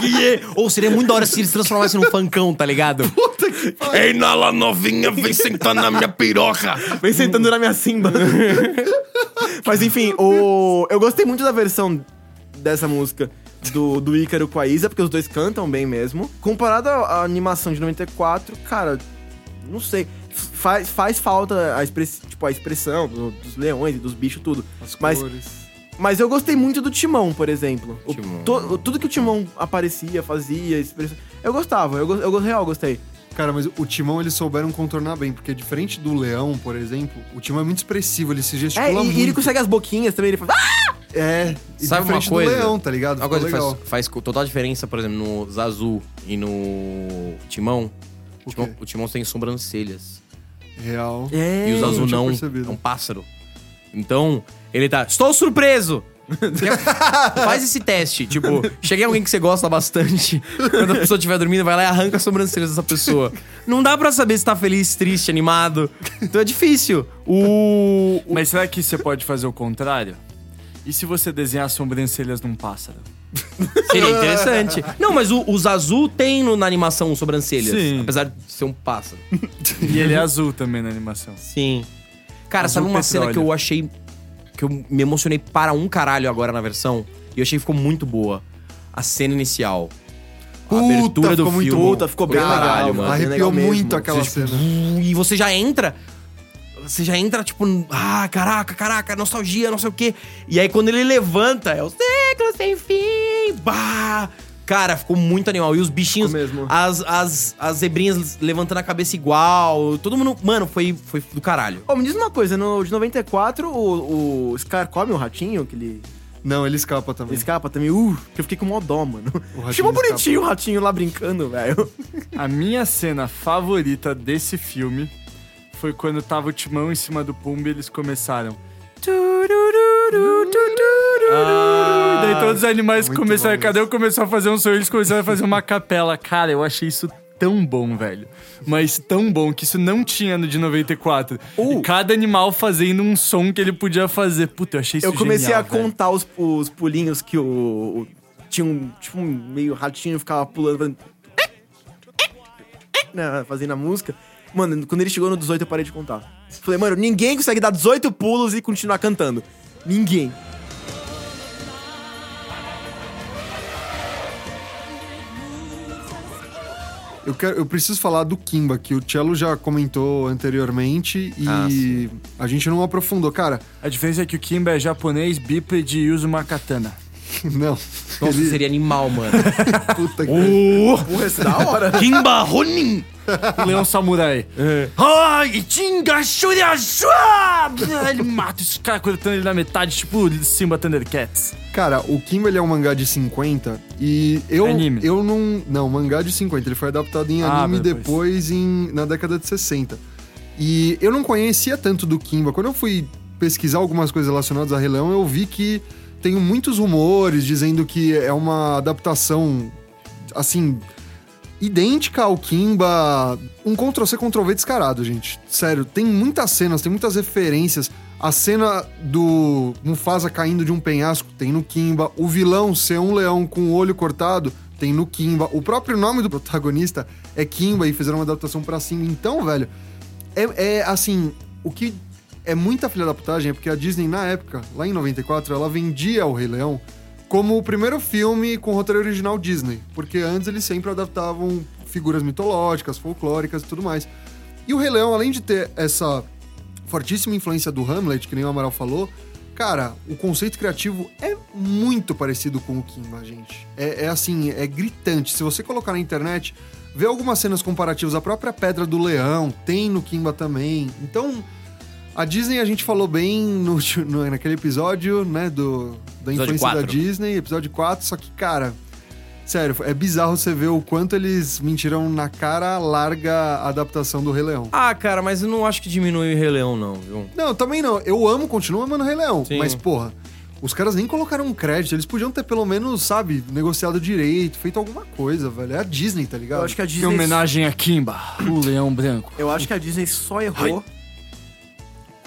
[SPEAKER 3] Ou seria muito da hora se eles transformassem num funkão, tá ligado? Puta que Ei, Nala novinha, vem sentar na minha piroca.
[SPEAKER 4] Vem sentando na minha simba. Mas enfim, o... eu gostei muito da versão dessa música do, do Ícaro com a Isa, porque os dois cantam bem mesmo. Comparado à à animação de 94, cara, não sei. Faz, faz falta a, express, tipo, a expressão do- dos leões e dos bichos, tudo. mas,
[SPEAKER 2] cores.
[SPEAKER 4] mas eu gostei muito do Timão, por exemplo. O-
[SPEAKER 3] Timão.
[SPEAKER 4] to- o- tudo que o Timão aparecia, fazia, expressa- eu gostava, eu, go- eu go- real gostei.
[SPEAKER 2] Cara, mas o Timão eles souberam contornar bem, porque diferente do Leão, por exemplo, o Timão é muito expressivo, ele se
[SPEAKER 4] É,
[SPEAKER 2] gesticula
[SPEAKER 4] e,
[SPEAKER 2] muito.
[SPEAKER 4] e ele consegue as boquinhas também, ele faz. "Ah!"
[SPEAKER 2] É, e
[SPEAKER 3] Sabe uma
[SPEAKER 2] diferente
[SPEAKER 3] coisa?
[SPEAKER 2] do leão, tá ligado?
[SPEAKER 3] Uma
[SPEAKER 2] Ficou
[SPEAKER 3] coisa que faz,
[SPEAKER 2] legal.
[SPEAKER 3] faz co- total diferença, por exemplo, no Zazu e no Timão. O, Timão,
[SPEAKER 2] quê?
[SPEAKER 3] o Timão tem sobrancelhas.
[SPEAKER 2] Real.
[SPEAKER 4] É.
[SPEAKER 3] e o Zazu
[SPEAKER 2] não tinha
[SPEAKER 3] não.
[SPEAKER 2] percebido.
[SPEAKER 3] É um pássaro. Então, ele tá. Estou surpreso! Faz esse teste. Tipo, chega em alguém que você gosta bastante. Quando a pessoa estiver dormindo, vai lá e arranca as sobrancelhas dessa pessoa. Não dá pra saber se tá feliz, triste, animado. Então é difícil. O. o-
[SPEAKER 5] Mas será que você pode fazer o contrário? E se você desenhar sobrancelhas num pássaro?
[SPEAKER 3] Seria interessante. Não, mas o, os azul tem no- na animação sobrancelhas.
[SPEAKER 5] Sim.
[SPEAKER 3] Apesar de ser um pássaro.
[SPEAKER 5] E ele é azul também na animação.
[SPEAKER 3] Sim. Cara,
[SPEAKER 5] Azul
[SPEAKER 3] sabe uma cena
[SPEAKER 5] petróleo.
[SPEAKER 3] que eu achei. que eu me emocionei para um caralho agora na versão? E eu achei que ficou muito boa. A cena inicial. A
[SPEAKER 2] Puta,
[SPEAKER 3] abertura do
[SPEAKER 2] ficou muito
[SPEAKER 3] filme.
[SPEAKER 2] bom.
[SPEAKER 4] Puta, ficou bem
[SPEAKER 3] Caralho,
[SPEAKER 4] legal,
[SPEAKER 3] mano.
[SPEAKER 4] bem
[SPEAKER 2] Arrepiou
[SPEAKER 4] legal mesmo.
[SPEAKER 2] muito aquela
[SPEAKER 3] tipo,
[SPEAKER 2] cena.
[SPEAKER 3] E você já entra. Você já entra, tipo, ah, caraca, caraca, nostalgia, não sei o quê. E aí, quando ele levanta, é o ciclo sem fim. Bah! Cara, ficou muito animal. E os bichinhos,
[SPEAKER 4] Ficou mesmo.
[SPEAKER 3] As, as, as zebrinhas levantando a cabeça igual. Todo mundo. Mano, foi, foi do caralho.
[SPEAKER 4] Ô, me diz uma coisa, no de 94, o, o Scar come o ratinho, que ele
[SPEAKER 2] Não, ele escapa também.
[SPEAKER 4] escapa também. Uh, que eu fiquei com mó dó, mano.
[SPEAKER 2] O ratinho
[SPEAKER 4] Achei mó bonitinho
[SPEAKER 2] escapa.
[SPEAKER 4] o ratinho lá brincando, velho.
[SPEAKER 5] A minha cena favorita desse filme foi quando tava o Timão em cima do Pumba e eles começaram.
[SPEAKER 3] Ah.
[SPEAKER 5] E daí todos os animais
[SPEAKER 2] Muito
[SPEAKER 5] começaram.
[SPEAKER 2] bom
[SPEAKER 5] Cada um começou a fazer um som, eles começaram a fazer uma capela. Cara, eu achei isso tão bom, velho. Mas tão bom que isso não tinha no de 94. E cada animal fazendo um som que ele podia fazer. Puta, eu achei isso
[SPEAKER 4] Eu comecei
[SPEAKER 5] é genial,
[SPEAKER 4] a
[SPEAKER 5] velho.
[SPEAKER 4] contar os, os pulinhos que o, o- Tinha um. Tipo, um meio ratinho ficava pulando, fazendo. né, Fazendo a música. Mano, quando ele chegou no 18, eu parei de contar. Falei, mano, ninguém consegue dar 18 pulos e continuar cantando. Ninguém.
[SPEAKER 2] Eu, quero- eu preciso falar do Kimba, que o Cello já comentou anteriormente e
[SPEAKER 3] Ah,
[SPEAKER 2] a gente não aprofundou. Cara,
[SPEAKER 5] A diferença é que o Kimba é japonês, bípede e usa uma katana.
[SPEAKER 2] não.
[SPEAKER 3] Nossa, Uh!
[SPEAKER 2] Ele-
[SPEAKER 3] seria animal, mano.
[SPEAKER 2] Puta que...
[SPEAKER 4] Porra, esse é da hora.
[SPEAKER 3] Kimba Ronin!
[SPEAKER 5] Leão Samurai. Ai, Tinga Shura Shua! Ele mata esse cara cortando ele na metade, tipo Simba Thundercats.
[SPEAKER 2] Cara, o Kimba ele é um mangá de 50 e eu
[SPEAKER 5] É anime.
[SPEAKER 2] eu não, não, mangá de 50, ele foi adaptado em
[SPEAKER 5] Ah,
[SPEAKER 2] anime
[SPEAKER 5] depois.
[SPEAKER 2] depois em na década de 60. E eu não conhecia tanto do Kimba. Quando eu fui pesquisar algumas coisas relacionadas a Rei Leão, eu vi que tem muitos rumores dizendo que é uma adaptação assim idêntica ao Kimba, um Ctrl C Ctrl V descarado, gente. Sério, tem muitas cenas, tem muitas referências. A cena do Mufasa caindo de um penhasco tem no Kimba, o vilão ser um leão com o olho cortado tem no Kimba. O próprio nome do protagonista é Kimba e fizeram uma adaptação pra cima. Então, velho, é, é, assim, o que é muita filha da putagem é porque a Disney, na época, lá em 94, ela vendia o Rei Leão como o primeiro filme com roteiro original Disney. Porque antes eles sempre adaptavam figuras mitológicas, folclóricas e tudo mais. E o Rei Leão, além de ter essa fortíssima influência do Hamlet, que nem o Amaral falou, cara, o conceito criativo é muito parecido com o Kimba, gente. É, é assim, é gritante. Se você colocar na internet, vê algumas cenas comparativas. A própria Pedra do Leão tem no Kimba também. Então, a Disney a gente falou bem no, ulti- no- naquele episódio, né, do, da influência da
[SPEAKER 3] quatro.
[SPEAKER 2] Disney, episódio 4, só que, cara... Sério, é bizarro você ver o quanto eles mentiram na cara larga a adaptação do Rei Leão.
[SPEAKER 3] Ah, cara, mas eu não acho que diminui o Rei Leão, não, viu?
[SPEAKER 2] Não, também não. Eu amo, continuo amando Rei Leão.
[SPEAKER 3] Sim.
[SPEAKER 2] Mas, porra, os caras nem colocaram um crédito. Eles podiam ter, pelo menos, sabe, negociado direito, feito alguma coisa, velho. É a Disney, tá ligado?
[SPEAKER 4] Eu acho que a
[SPEAKER 5] Em
[SPEAKER 4] Disney.
[SPEAKER 5] homenagem a Kimba, o leão branco.
[SPEAKER 4] Eu acho que a Disney só errou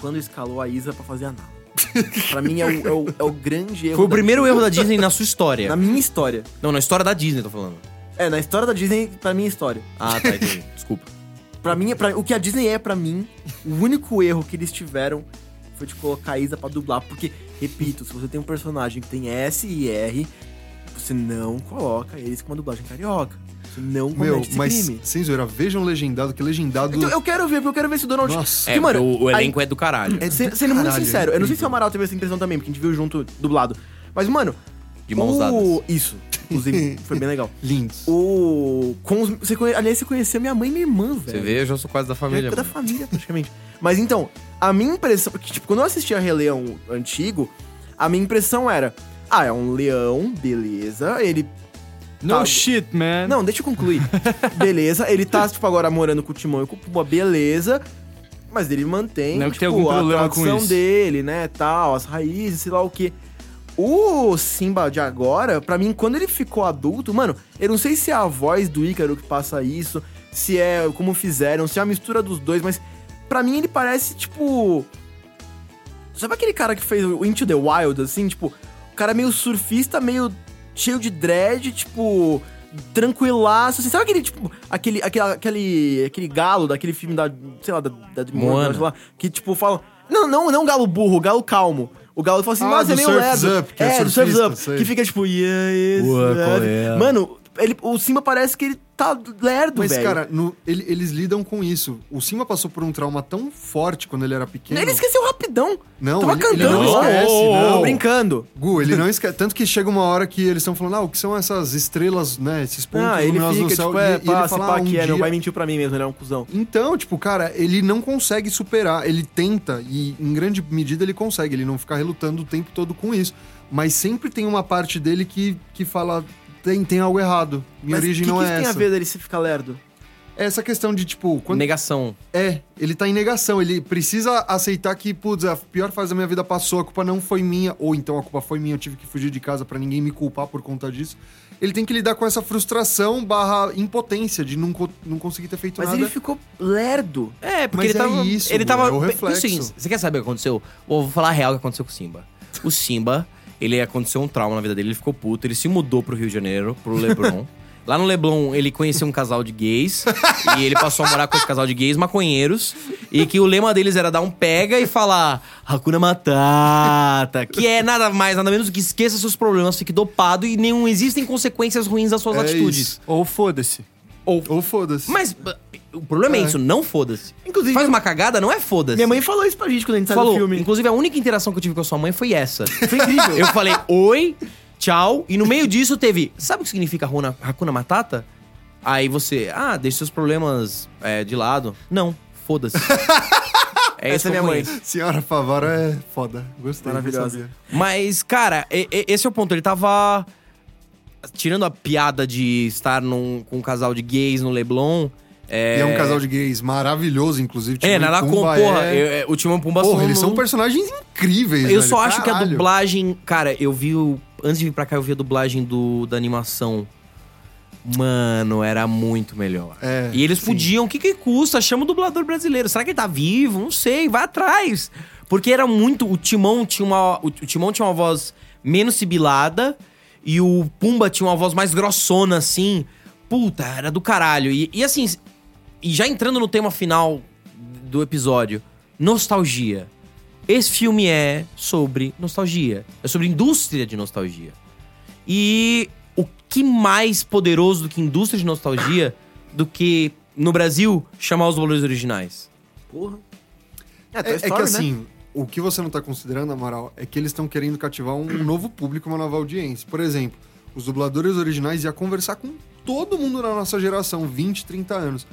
[SPEAKER 4] quando escalou a Isa pra fazer a Nala. pra mim é o, é o- é o grande erro.
[SPEAKER 3] Foi o
[SPEAKER 4] da-
[SPEAKER 3] primeiro erro da Disney na sua
[SPEAKER 4] Na
[SPEAKER 3] história.
[SPEAKER 4] minha história.
[SPEAKER 3] Não, na história da Disney, tô falando.
[SPEAKER 4] É, na história da Disney, pra minha história.
[SPEAKER 3] Ah, tá, entendi. Desculpa.
[SPEAKER 4] Pra mim, pra, o que a Disney é pra mim, o único erro que eles tiveram foi de colocar a Isa pra dublar. Porque, repito, se você tem um personagem que tem S e R, você não coloca eles com uma dublagem carioca. Você não comete
[SPEAKER 2] Meu,
[SPEAKER 4] esse
[SPEAKER 2] mas,
[SPEAKER 4] um crime.
[SPEAKER 2] sem zoeira, vejam Legendado, que Legendado...
[SPEAKER 4] Então, eu quero ver, porque eu quero ver se o Donald...
[SPEAKER 2] Nossa.
[SPEAKER 4] Porque, mano,
[SPEAKER 3] o, o
[SPEAKER 4] a-
[SPEAKER 3] elenco é do caralho.
[SPEAKER 4] É, se- sendo muito
[SPEAKER 2] Caralho,
[SPEAKER 4] sincero, eu não sei
[SPEAKER 2] incrível.
[SPEAKER 4] se o Amaral teve essa impressão também, porque a gente viu junto dublado. Mas, mano.
[SPEAKER 3] De mãos
[SPEAKER 4] o-
[SPEAKER 3] dadas.
[SPEAKER 4] Isso. Inclusive, foi bem legal.
[SPEAKER 2] Lindos.
[SPEAKER 4] O. Com os... você conhe... Aliás, você conheceu minha mãe e minha irmã, velho.
[SPEAKER 3] Você vê, eu já sou quase da família.
[SPEAKER 4] É da
[SPEAKER 3] mano.
[SPEAKER 4] família, praticamente. Mas então, a minha impressão. Que, tipo, quando eu assistia Rei Leão antigo, A minha impressão era: ah, é um leão, beleza. Ele
[SPEAKER 5] No
[SPEAKER 4] Tá.
[SPEAKER 5] shit, man.
[SPEAKER 4] não, deixa eu concluir. beleza, ele tá, tipo, agora morando com o Timão e com o Pumba, beleza. Mas ele mantém,
[SPEAKER 5] Não é que
[SPEAKER 4] tipo,
[SPEAKER 5] tenha algum problema
[SPEAKER 4] a
[SPEAKER 5] com
[SPEAKER 4] tradição
[SPEAKER 5] isso.
[SPEAKER 4] dele, né, tal, as raízes, sei lá o quê. O Simba de agora, pra mim, quando ele ficou adulto, mano, eu não sei se é a voz do Ícaro que passa isso, se é como fizeram, se é a mistura dos dois, mas pra mim ele parece, tipo... Sabe aquele cara que fez o Into the Wild, assim? Tipo, o cara meio surfista, meio cheio de dread, tipo, tranquilaço. Assim. Sabe aquele, tipo, aquele, aquele, aquele, aquele galo daquele filme da, sei lá, da, da de
[SPEAKER 3] Moana.
[SPEAKER 4] sei lá, que, tipo, fala... Não, não, não galo burro, galo calmo. O galo fala assim,
[SPEAKER 2] Ah,
[SPEAKER 4] nossa, é
[SPEAKER 2] do
[SPEAKER 4] meio
[SPEAKER 2] Surf's
[SPEAKER 4] lerdo.
[SPEAKER 2] Up, que é
[SPEAKER 4] do
[SPEAKER 2] surfista,
[SPEAKER 4] Surf's Up,
[SPEAKER 2] sei.
[SPEAKER 4] que fica tipo, yeah, yes,
[SPEAKER 3] Ué, qual
[SPEAKER 4] leve."
[SPEAKER 3] é?
[SPEAKER 4] Mano, ele, o Simba parece que ele tá lerdo,
[SPEAKER 2] Mas,
[SPEAKER 4] velho.
[SPEAKER 2] cara, no- ele- eles lidam com isso. O Simba passou por um trauma tão forte quando ele era pequeno.
[SPEAKER 4] Ele esqueceu rapidão.
[SPEAKER 2] Não,
[SPEAKER 4] Tava
[SPEAKER 2] ele, ele
[SPEAKER 4] cantando.
[SPEAKER 2] não
[SPEAKER 4] lá.
[SPEAKER 2] esquece,
[SPEAKER 5] Oh, oh,
[SPEAKER 2] não.
[SPEAKER 5] oh.
[SPEAKER 4] Brincando.
[SPEAKER 2] Gu, ele não esquece. Tanto que chega uma hora que eles estão falando, ah, o que são essas estrelas, né? Esses pontos
[SPEAKER 4] Ah, ele
[SPEAKER 2] luminosos no
[SPEAKER 4] fica,
[SPEAKER 2] céu.
[SPEAKER 4] tipo, é,
[SPEAKER 2] e, e
[SPEAKER 4] pá,
[SPEAKER 2] ele
[SPEAKER 4] se
[SPEAKER 2] fala,
[SPEAKER 4] pá
[SPEAKER 2] ah, um
[SPEAKER 4] que é, meu
[SPEAKER 2] dia-
[SPEAKER 4] pai mentiu pra mim mesmo, ele é um cuzão.
[SPEAKER 2] Então, tipo, cara, ele não consegue superar. Ele tenta e, em grande medida, ele consegue. Ele não fica relutando o tempo todo com isso. Mas sempre tem uma parte dele que, que fala, tem, tem algo errado. Minha
[SPEAKER 4] Mas
[SPEAKER 2] origem
[SPEAKER 4] que
[SPEAKER 2] não
[SPEAKER 4] que
[SPEAKER 2] é
[SPEAKER 4] isso tem
[SPEAKER 2] essa.
[SPEAKER 4] a ver dele se ficar lerdo?
[SPEAKER 2] Essa questão de, tipo, quando
[SPEAKER 3] Negação.
[SPEAKER 2] É, ele tá em negação. Ele precisa aceitar que, putz, é a pior fase da minha vida passou, a culpa não foi minha, ou então a culpa foi minha, eu tive que fugir de casa pra ninguém me culpar por conta disso. Ele tem que lidar com essa frustração barra impotência de não, co- não conseguir ter feito
[SPEAKER 4] Mas
[SPEAKER 2] nada.
[SPEAKER 4] ele ficou lerdo.
[SPEAKER 3] É, porque
[SPEAKER 2] Mas
[SPEAKER 3] ele
[SPEAKER 2] é
[SPEAKER 3] tava.
[SPEAKER 2] isso,
[SPEAKER 3] ele
[SPEAKER 2] Gu,
[SPEAKER 3] tava.
[SPEAKER 2] é o
[SPEAKER 3] porque
[SPEAKER 2] reflexo.
[SPEAKER 3] o seguinte, você quer saber o que aconteceu? Vou falar a real o que aconteceu com o Simba. O Simba, ele aconteceu um trauma na vida dele, ele ficou puto, ele se mudou pro Rio de Janeiro, pro Leblon. Lá no Leblon, ele conheceu um casal de gays e ele passou a morar com esse casal de gays maconheiros. E que o lema deles era dar um pega e falar Hakuna Matata, que é nada mais, nada menos do que esqueça seus problemas, fique dopado e não existem consequências ruins das suas
[SPEAKER 2] É
[SPEAKER 3] atitudes.
[SPEAKER 2] isso.
[SPEAKER 5] Ou foda-se.
[SPEAKER 2] Ou, ou foda-se.
[SPEAKER 3] Mas b- o problema é,
[SPEAKER 2] É.
[SPEAKER 3] isso, não foda-se.
[SPEAKER 4] Inclusive,
[SPEAKER 3] Faz uma cagada, não é foda-se.
[SPEAKER 4] Minha mãe falou isso pra gente quando a gente saiu do
[SPEAKER 3] falou.
[SPEAKER 4] filme.
[SPEAKER 3] Inclusive, a única interação que eu tive com a sua mãe foi essa. Foi incrível. Eu falei, oi, tchau. E no meio disso teve, sabe o que significa Hakuna, Hakuna Matata? Aí você, ah, deixa seus problemas é, de lado. Não, foda-se. é isso
[SPEAKER 4] Essa
[SPEAKER 3] que
[SPEAKER 4] é minha
[SPEAKER 3] eu
[SPEAKER 4] mãe.
[SPEAKER 3] conheço.
[SPEAKER 2] Senhora Favara é foda. Gostei. não
[SPEAKER 4] Maravilhosa.
[SPEAKER 2] sabia.
[SPEAKER 3] Mas, cara, e- e- esse é o ponto. Ele tava. Tirando a piada de estar num- com um casal de gays no Leblon.
[SPEAKER 2] E
[SPEAKER 3] É,
[SPEAKER 2] é um casal de gays maravilhoso, inclusive. Timão
[SPEAKER 3] É,
[SPEAKER 2] e
[SPEAKER 3] nada com,
[SPEAKER 2] Pumba
[SPEAKER 3] porra.
[SPEAKER 2] é-
[SPEAKER 3] eu- eu- o Timão e Pumba
[SPEAKER 2] Porra, eles são
[SPEAKER 3] não-
[SPEAKER 2] personagens incríveis,
[SPEAKER 3] Eu
[SPEAKER 2] velho.
[SPEAKER 3] só acho que a
[SPEAKER 2] Caralho.
[SPEAKER 3] dublagem. Cara, eu vi. o- Antes de vir pra cá, eu vi a dublagem do, da animação. Mano, era muito melhor.
[SPEAKER 2] É,
[SPEAKER 3] e eles
[SPEAKER 2] sim.
[SPEAKER 3] podiam. O que, que custa? Chama o dublador brasileiro. Será que ele tá vivo? Não sei. Vai atrás. Porque era muito. O Timão tinha uma, o Timão tinha uma voz menos sibilada. E o Pumba tinha uma voz mais grossona, assim. Puta, era do caralho. E, e assim. E já entrando no tema final do episódio: nostalgia. Esse filme é sobre nostalgia. É sobre indústria de nostalgia. E o que mais poderoso do que indústria de nostalgia do que no Brasil chamar os valores originais?
[SPEAKER 4] Porra. É, Toy
[SPEAKER 2] É, é que
[SPEAKER 4] Story, né?
[SPEAKER 2] assim, o que você não tá considerando, Amaral, é que eles estão querendo cativar um novo público, uma nova audiência. Por exemplo, os dubladores originais iam conversar com todo mundo na nossa geração, 20, 30 anos.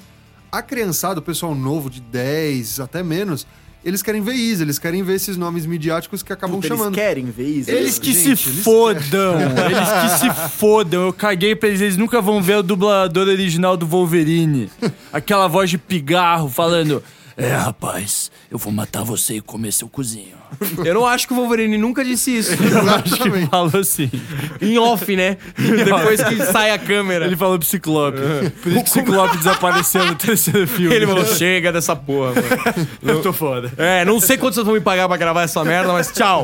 [SPEAKER 2] A criançada, o pessoal novo de 10, até menos, eles querem ver isso, eles querem ver esses nomes midiáticos que acabam
[SPEAKER 4] Puta, eles
[SPEAKER 2] chamando.
[SPEAKER 4] querem ver isso.
[SPEAKER 5] Eles
[SPEAKER 4] né?
[SPEAKER 5] que
[SPEAKER 2] Gente,
[SPEAKER 5] se
[SPEAKER 2] eles-
[SPEAKER 5] fodam. eles que se fodam. Eu caguei pra eles. Eles nunca vão ver o dublador original do Wolverine. Aquela voz de pigarro falando... É, rapaz, eu vou matar você e comer seu cozinho.
[SPEAKER 3] Eu não acho que o Wolverine nunca disse isso.
[SPEAKER 5] Ele
[SPEAKER 2] Exatamente.
[SPEAKER 5] falou assim.
[SPEAKER 3] em off, né? Depois que sai a câmera.
[SPEAKER 5] Ele
[SPEAKER 3] Ele,
[SPEAKER 5] falou pro Ciclope. Por isso que o Ciclope desapareceu no terceiro filme.
[SPEAKER 3] falou: chega dessa porra, mano.
[SPEAKER 5] eu tô foda.
[SPEAKER 3] É, não sei quanto vocês vão me pagar pra gravar essa merda, mas tchau.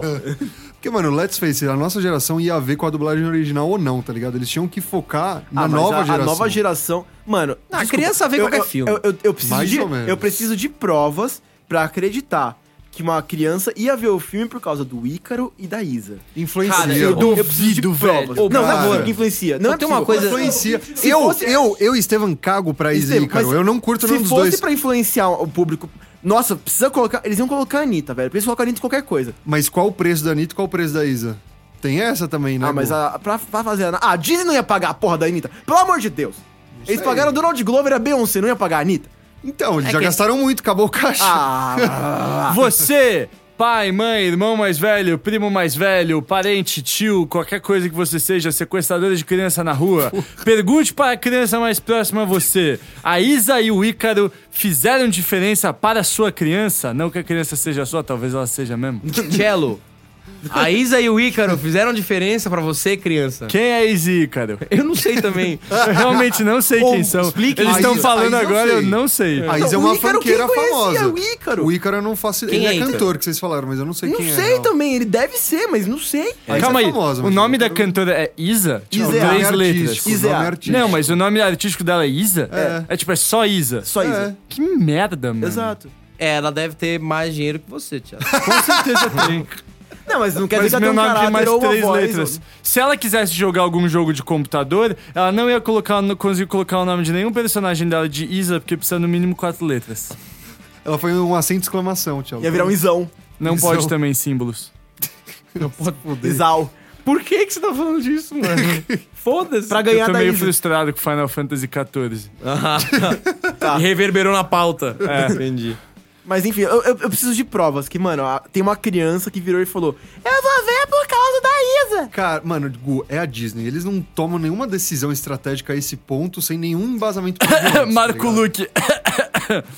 [SPEAKER 2] Porque, mano, let's face it, a nossa geração ia ver com a dublagem original ou não, tá ligado? Eles tinham que focar na
[SPEAKER 4] Ah, mas
[SPEAKER 2] nova
[SPEAKER 4] a,
[SPEAKER 2] geração.
[SPEAKER 4] A nova geração. Mano,
[SPEAKER 3] Ah, a criança vê
[SPEAKER 4] eu-
[SPEAKER 3] qualquer
[SPEAKER 4] eu-
[SPEAKER 3] filme.
[SPEAKER 4] Eu, eu- eu preciso
[SPEAKER 2] Mais
[SPEAKER 4] de,
[SPEAKER 2] ou menos.
[SPEAKER 4] eu preciso de provas pra acreditar que uma criança ia ver o filme por causa do Ícaro e da Isa.
[SPEAKER 2] Influencia.
[SPEAKER 3] Cara, eu dou-
[SPEAKER 4] Eu preciso de
[SPEAKER 5] Duvido, velho.
[SPEAKER 4] provas.
[SPEAKER 3] Ô,
[SPEAKER 4] não,
[SPEAKER 2] cara.
[SPEAKER 4] não é que influencia. Não
[SPEAKER 3] Só
[SPEAKER 4] é
[SPEAKER 3] tem uma
[SPEAKER 4] possível.
[SPEAKER 3] coisa-
[SPEAKER 2] influencia.
[SPEAKER 4] Se
[SPEAKER 2] Eu,
[SPEAKER 4] fosse-
[SPEAKER 2] eu, eu, Estevam, cago pra Isa
[SPEAKER 4] Estevam,
[SPEAKER 2] e Ícaro.
[SPEAKER 4] mas
[SPEAKER 2] Eu É não curto
[SPEAKER 4] Se
[SPEAKER 2] nenhum dos
[SPEAKER 4] fosse
[SPEAKER 2] dois.
[SPEAKER 4] pra influenciar o público. Nossa, precisa colocar. Eles iam colocar a Anitta, velho. Precisa colocar a Anitta em qualquer coisa.
[SPEAKER 2] Mas qual o preço da Anitta e qual o preço da Isa? Tem essa também, né?
[SPEAKER 4] Ah, mas
[SPEAKER 2] Gu?
[SPEAKER 4] a, pra, pra fazer a. Ah, a Disney não ia pagar a porra da Anitta. Pelo amor de Deus. Eles
[SPEAKER 2] sei.
[SPEAKER 4] pagaram o Donald Glover e a Beyoncé, não ia pagar a Anitta?
[SPEAKER 2] Então, eles já
[SPEAKER 3] que-
[SPEAKER 2] gastaram muito, acabou o caixa.
[SPEAKER 4] Ah,
[SPEAKER 5] Você Pai, mãe, irmão mais velho, primo mais velho, parente, tio, qualquer coisa que você seja, sequestradora de criança na rua, pergunte para a criança mais próxima a você. A Isa e o Ícaro fizeram diferença para a sua criança? Não que a criança seja sua, talvez ela seja mesmo.
[SPEAKER 3] Cello, a Isa e o Ícaro fizeram diferença pra você, criança?
[SPEAKER 5] Quem é Isa e Ícaro?
[SPEAKER 3] Eu não sei também.
[SPEAKER 5] Eu realmente não sei
[SPEAKER 3] Ou
[SPEAKER 5] quem são.
[SPEAKER 3] explique
[SPEAKER 5] Eles
[SPEAKER 3] mais
[SPEAKER 5] estão
[SPEAKER 2] isso.
[SPEAKER 5] falando
[SPEAKER 2] Aí eu
[SPEAKER 5] agora,
[SPEAKER 2] sei.
[SPEAKER 5] eu não sei.
[SPEAKER 2] A Isa é
[SPEAKER 4] O
[SPEAKER 2] uma
[SPEAKER 4] Ícaro, quem
[SPEAKER 2] funkeira
[SPEAKER 4] conhecia
[SPEAKER 2] famosa.
[SPEAKER 4] o Ícaro?
[SPEAKER 2] O Ícaro eu não faço
[SPEAKER 3] Quem
[SPEAKER 2] Ele
[SPEAKER 3] é
[SPEAKER 2] é
[SPEAKER 3] Ícaro?
[SPEAKER 2] cantor, que vocês falaram, mas eu não sei
[SPEAKER 4] Não
[SPEAKER 2] quem é.
[SPEAKER 4] sei
[SPEAKER 2] não.
[SPEAKER 4] também, ele deve ser, mas não sei.
[SPEAKER 2] A Isa
[SPEAKER 5] Calma
[SPEAKER 2] é
[SPEAKER 5] aí,
[SPEAKER 2] famosa,
[SPEAKER 5] o
[SPEAKER 2] mas
[SPEAKER 5] nome
[SPEAKER 2] eu
[SPEAKER 5] da
[SPEAKER 2] quero-
[SPEAKER 5] cantora é Isa? Tipo,
[SPEAKER 4] Isa é
[SPEAKER 5] três
[SPEAKER 2] Nome
[SPEAKER 5] letras.
[SPEAKER 2] artístico,
[SPEAKER 4] Isa é
[SPEAKER 2] nome
[SPEAKER 4] a-
[SPEAKER 2] artístico.
[SPEAKER 5] Não, mas o nome artístico dela é Isa? É. tipo, é só Isa.
[SPEAKER 4] Só
[SPEAKER 2] É.
[SPEAKER 4] Isa.
[SPEAKER 5] Que merda, mano.
[SPEAKER 4] Exato.
[SPEAKER 3] É, ela deve ter mais dinheiro que você, Thiago.
[SPEAKER 5] Com certeza tem.
[SPEAKER 4] Não, mas não quer
[SPEAKER 5] Mas
[SPEAKER 4] dizer que
[SPEAKER 5] meu
[SPEAKER 4] ela tem um
[SPEAKER 5] nome
[SPEAKER 4] caráter
[SPEAKER 5] tem mais
[SPEAKER 4] ou uma
[SPEAKER 5] três
[SPEAKER 4] voz.
[SPEAKER 5] letras. Se ela quisesse jogar algum jogo de computador, ela não ia colocar, não conseguir colocar o nome de nenhum personagem dela de Isa, porque precisa no mínimo quatro letras.
[SPEAKER 2] Ela foi um acento de exclamação, Thiago.
[SPEAKER 4] Ia virar um Isão.
[SPEAKER 5] Não
[SPEAKER 2] Isso.
[SPEAKER 5] pode também símbolos.
[SPEAKER 2] Não pode poder.
[SPEAKER 4] Isal.
[SPEAKER 3] Por que, que você tá falando disso, mano? Foda-se.
[SPEAKER 4] Pra
[SPEAKER 5] Eu
[SPEAKER 4] ganhar
[SPEAKER 5] tô
[SPEAKER 4] da
[SPEAKER 5] meio
[SPEAKER 4] Isa.
[SPEAKER 5] frustrado com Final Fantasy XIV.
[SPEAKER 4] Tá.
[SPEAKER 3] E reverberou na pauta.
[SPEAKER 5] É.
[SPEAKER 3] Entendi.
[SPEAKER 4] Mas enfim, eu, eu- eu preciso de provas. Que, mano, a- tem uma criança que virou e falou: Eu vou ver por causa da Isa.
[SPEAKER 2] Cara, mano, Gu, é a Disney. Eles não tomam nenhuma decisão estratégica a esse ponto sem nenhum embasamento.
[SPEAKER 3] tá
[SPEAKER 2] por
[SPEAKER 5] Marco Luque.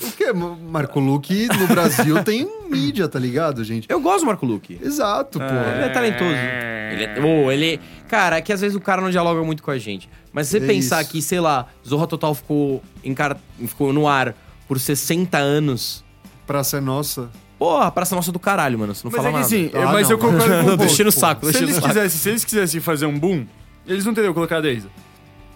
[SPEAKER 2] Porque Marco Luque no Brasil tem mídia, tá ligado, gente?
[SPEAKER 3] Eu gosto do Marco Luque.
[SPEAKER 2] Exato, pô.
[SPEAKER 3] Ele é talentoso. Ele é... Ô, ele... Cara, é que às vezes o cara não dialoga muito com a gente. Mas se você
[SPEAKER 2] É
[SPEAKER 3] pensar
[SPEAKER 2] isso.
[SPEAKER 3] que, sei lá, Zorra Total ficou, em car- ficou no ar por 60 anos...
[SPEAKER 2] Praça é nossa.
[SPEAKER 3] Porra, Praça Nossa é do caralho, mano. Você não
[SPEAKER 5] Mas
[SPEAKER 3] fala
[SPEAKER 5] é que
[SPEAKER 3] nada.
[SPEAKER 5] assim, eu-
[SPEAKER 2] Ah,
[SPEAKER 5] mas
[SPEAKER 2] não.
[SPEAKER 5] eu concordo com o
[SPEAKER 3] Não,
[SPEAKER 5] Bolt,
[SPEAKER 3] deixei no
[SPEAKER 5] pô.
[SPEAKER 3] saco,
[SPEAKER 5] Se
[SPEAKER 3] deixei no
[SPEAKER 5] eles,
[SPEAKER 3] saco.
[SPEAKER 5] quisessem, se eles quisessem fazer um boom, eles não teriam colocado a Isa.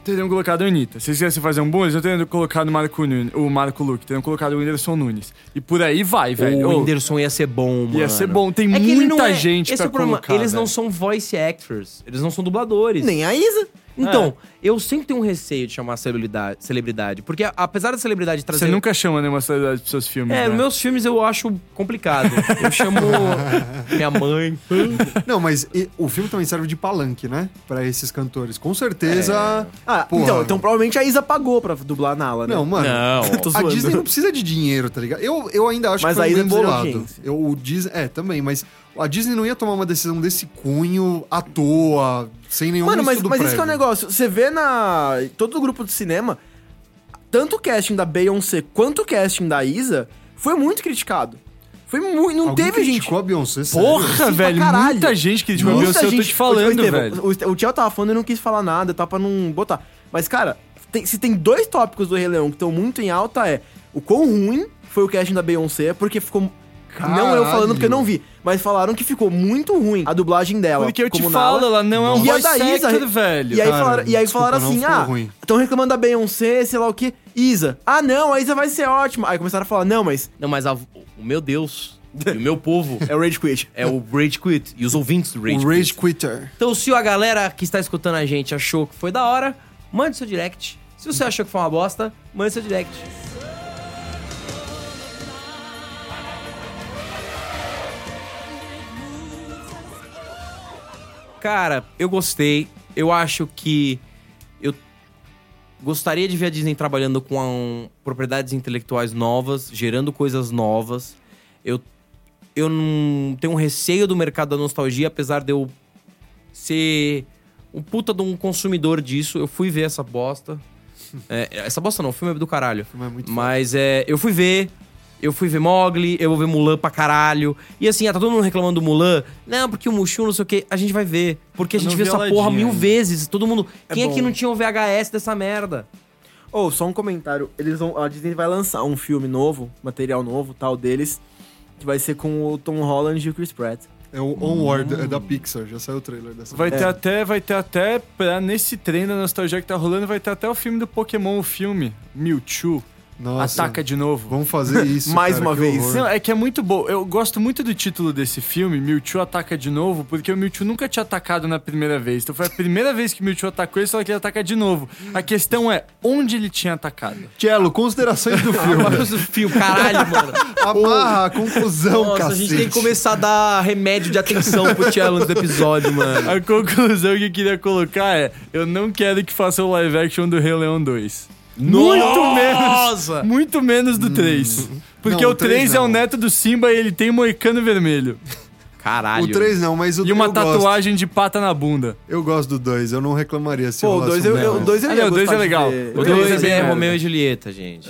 [SPEAKER 5] Teriam colocado a Anitta. Se eles quisessem fazer um boom, eles não teriam colocado o Marco, Nunes, o Marco Luque. Teriam colocado o Whindersson Nunes. E por aí vai, velho.
[SPEAKER 3] O
[SPEAKER 5] Ô,
[SPEAKER 3] Whindersson ia ser bom, mano.
[SPEAKER 5] Ia ser bom. Tem
[SPEAKER 3] É que ele não
[SPEAKER 5] muita
[SPEAKER 3] é-
[SPEAKER 5] gente
[SPEAKER 3] Esse
[SPEAKER 5] pra
[SPEAKER 3] é o problema.
[SPEAKER 5] colocar.
[SPEAKER 3] eles não
[SPEAKER 5] velho.
[SPEAKER 3] são voice actors. Eles não são dubladores.
[SPEAKER 4] Nem a Isa.
[SPEAKER 3] Então,
[SPEAKER 5] É.
[SPEAKER 3] eu sempre tenho um receio de chamar celebridade, celebridade. Porque a- apesar da celebridade trazer...
[SPEAKER 5] Você nunca chama nenhuma celebridade pros seus filmes,
[SPEAKER 3] É,
[SPEAKER 5] né?
[SPEAKER 3] nos meus filmes eu acho complicado. Eu chamo minha mãe.
[SPEAKER 2] Não, mas e- o filme também serve de palanque, né? Pra esses cantores. Com certeza.
[SPEAKER 4] Ah,
[SPEAKER 2] Porra.
[SPEAKER 4] então, então provavelmente a Isa pagou pra dublar Nala, né?
[SPEAKER 2] Não, um mano.
[SPEAKER 4] Tô
[SPEAKER 2] A
[SPEAKER 4] zoando.
[SPEAKER 2] Disney não precisa de dinheiro, tá ligado? Eu, eu ainda acho
[SPEAKER 4] Mas
[SPEAKER 2] que
[SPEAKER 4] a
[SPEAKER 2] foi
[SPEAKER 4] Isa
[SPEAKER 2] bem
[SPEAKER 4] precisa de
[SPEAKER 2] bolado.
[SPEAKER 4] audiência.
[SPEAKER 2] Eu, o Disney, é, também, mas a Disney não ia tomar uma decisão desse cunho à toa, sem nenhum
[SPEAKER 4] Mano, mas,
[SPEAKER 2] estudo
[SPEAKER 4] mas esse que é o
[SPEAKER 2] prévio.
[SPEAKER 4] negócio. Você vê na. Todo o grupo de cinema, tanto o casting da Beyoncé quanto o casting da Isa foi muito criticado. Foi muito. Não
[SPEAKER 2] Alguém
[SPEAKER 4] teve gente.
[SPEAKER 2] criticou a Beyoncé, sério?
[SPEAKER 3] é
[SPEAKER 5] Porra,
[SPEAKER 4] Sim, pra
[SPEAKER 5] velho.
[SPEAKER 4] caralho.
[SPEAKER 5] Muita gente que criticou a
[SPEAKER 4] Muita
[SPEAKER 5] Beyoncé, é assim, eu tô
[SPEAKER 4] gente-
[SPEAKER 5] te
[SPEAKER 4] Ô,
[SPEAKER 5] falando,
[SPEAKER 4] Estevam,
[SPEAKER 5] velho.
[SPEAKER 4] O, o Thiago tava falando e não quis falar nada, tá pra não botar. Mas, cara, tem- se tem dois tópicos do Rei Leão que estão muito em alta é o quão ruim foi o casting da Beyoncé, porque ficou... Não eu falando porque eu não vi, mas falaram que ficou muito ruim a dublagem dela.
[SPEAKER 5] Porque eu te
[SPEAKER 4] como Nala.
[SPEAKER 5] falo, ela não é um
[SPEAKER 4] E a
[SPEAKER 5] voice
[SPEAKER 4] da Isa,
[SPEAKER 5] actor,
[SPEAKER 4] re-
[SPEAKER 5] velho. Ah.
[SPEAKER 4] E aí
[SPEAKER 2] Cara,
[SPEAKER 4] falaram, e aí
[SPEAKER 2] desculpa,
[SPEAKER 4] falaram
[SPEAKER 2] não,
[SPEAKER 4] assim,
[SPEAKER 2] ficou
[SPEAKER 4] ah,
[SPEAKER 2] ruim.
[SPEAKER 4] estão reclamando da Beyoncé, sei lá o que, Isa. Ah não, a Isa vai ser ótima. Aí começaram a falar, não, mas
[SPEAKER 3] Não, mas a- o meu Deus e o meu povo
[SPEAKER 4] é o Rage Quit.
[SPEAKER 3] é o Rage Quit. E os ouvintes do Rage
[SPEAKER 2] O
[SPEAKER 3] Quit.
[SPEAKER 2] Rage Quitter.
[SPEAKER 3] Então, se a galera que está escutando a gente achou que foi da hora, mande seu direct. Se você achou que foi uma bosta, mande seu direct. Cara, eu gostei. Eu acho que eu gostaria de ver a Disney trabalhando com um- propriedades intelectuais novas, gerando coisas novas. Eu, eu não tenho um receio do mercado da nostalgia, apesar de eu ser um puta de um consumidor disso. Eu fui ver essa bosta. É, essa bosta não, o filme é do caralho.
[SPEAKER 2] filme é muito
[SPEAKER 3] Mas é, eu fui ver. Eu fui ver Mogli, eu vou ver Mulan pra caralho. E assim, ah, tá todo mundo reclamando do Mulan. Não, porque o Mushu, não sei o quê. A gente vai ver. Porque a
[SPEAKER 5] Eu
[SPEAKER 3] gente
[SPEAKER 5] não
[SPEAKER 3] viu
[SPEAKER 5] vi
[SPEAKER 3] essa
[SPEAKER 5] Aladdin
[SPEAKER 3] porra mil
[SPEAKER 5] ainda.
[SPEAKER 3] vezes. Todo mundo.
[SPEAKER 4] É
[SPEAKER 3] Quem é que
[SPEAKER 4] bom.
[SPEAKER 3] não tinha o VHS dessa merda?
[SPEAKER 4] Ou só um comentário, eles vão a Disney vai lançar um filme novo, material novo, tal deles, que vai ser com o Tom Holland e o Chris Pratt.
[SPEAKER 2] É o Onward, é da
[SPEAKER 4] Hum.
[SPEAKER 2] Pixar, já saiu o trailer dessa.
[SPEAKER 5] Vai
[SPEAKER 2] vez.
[SPEAKER 3] É.
[SPEAKER 5] ter até, vai ter até, pra, nesse trem da nostalgia que tá rolando, vai ter até o filme do Pokémon, o filme Mewtwo,
[SPEAKER 2] Nossa,
[SPEAKER 5] Ataca de Novo.
[SPEAKER 2] vamos fazer isso,
[SPEAKER 4] Mais
[SPEAKER 2] cara,
[SPEAKER 4] uma
[SPEAKER 2] que
[SPEAKER 4] vez.
[SPEAKER 2] horror.
[SPEAKER 5] Não, é que é muito bom. Eu gosto muito do título desse filme, Mewtwo Ataca de Novo, porque o Mewtwo nunca tinha atacado na primeira vez. Então foi a primeira vez que o Mewtwo atacou ele, só que ele ataca de novo. A questão é onde ele tinha atacado.
[SPEAKER 2] Cello, considerações do filme.
[SPEAKER 3] Olha o fio, caralho, mano.
[SPEAKER 2] Amarra a conclusão,
[SPEAKER 3] Nossa,
[SPEAKER 2] É um cacete.
[SPEAKER 3] a gente tem que começar a dar remédio de atenção pro Tchelo antes do episódio, mano.
[SPEAKER 5] A conclusão que eu queria colocar é: eu não quero que faça o live action do Rei Leão 2. Muito menos!
[SPEAKER 3] Nossa! Hum.
[SPEAKER 5] Muito menos do 3. Porque
[SPEAKER 2] Não,
[SPEAKER 5] o
[SPEAKER 2] o três
[SPEAKER 5] 3 é o
[SPEAKER 2] não.
[SPEAKER 5] neto do Simba e ele tem um moicano vermelho.
[SPEAKER 3] Caralho.
[SPEAKER 2] O 3 não, mas o
[SPEAKER 5] E uma
[SPEAKER 2] eu Gosto.
[SPEAKER 5] tatuagem de pata na bunda.
[SPEAKER 2] Eu gosto do 2, eu não reclamaria se
[SPEAKER 4] Pô, o dois eu,
[SPEAKER 2] rolasse um
[SPEAKER 4] eu, o
[SPEAKER 2] dez.
[SPEAKER 4] dois eu
[SPEAKER 5] Ah,
[SPEAKER 4] ia
[SPEAKER 5] não, o dois
[SPEAKER 4] gostar
[SPEAKER 5] é
[SPEAKER 4] de
[SPEAKER 5] legal.
[SPEAKER 4] ver.
[SPEAKER 5] O
[SPEAKER 3] O
[SPEAKER 5] dois é
[SPEAKER 3] 2
[SPEAKER 5] bem
[SPEAKER 3] é,
[SPEAKER 5] merda.
[SPEAKER 3] Romeu e Julieta, gente.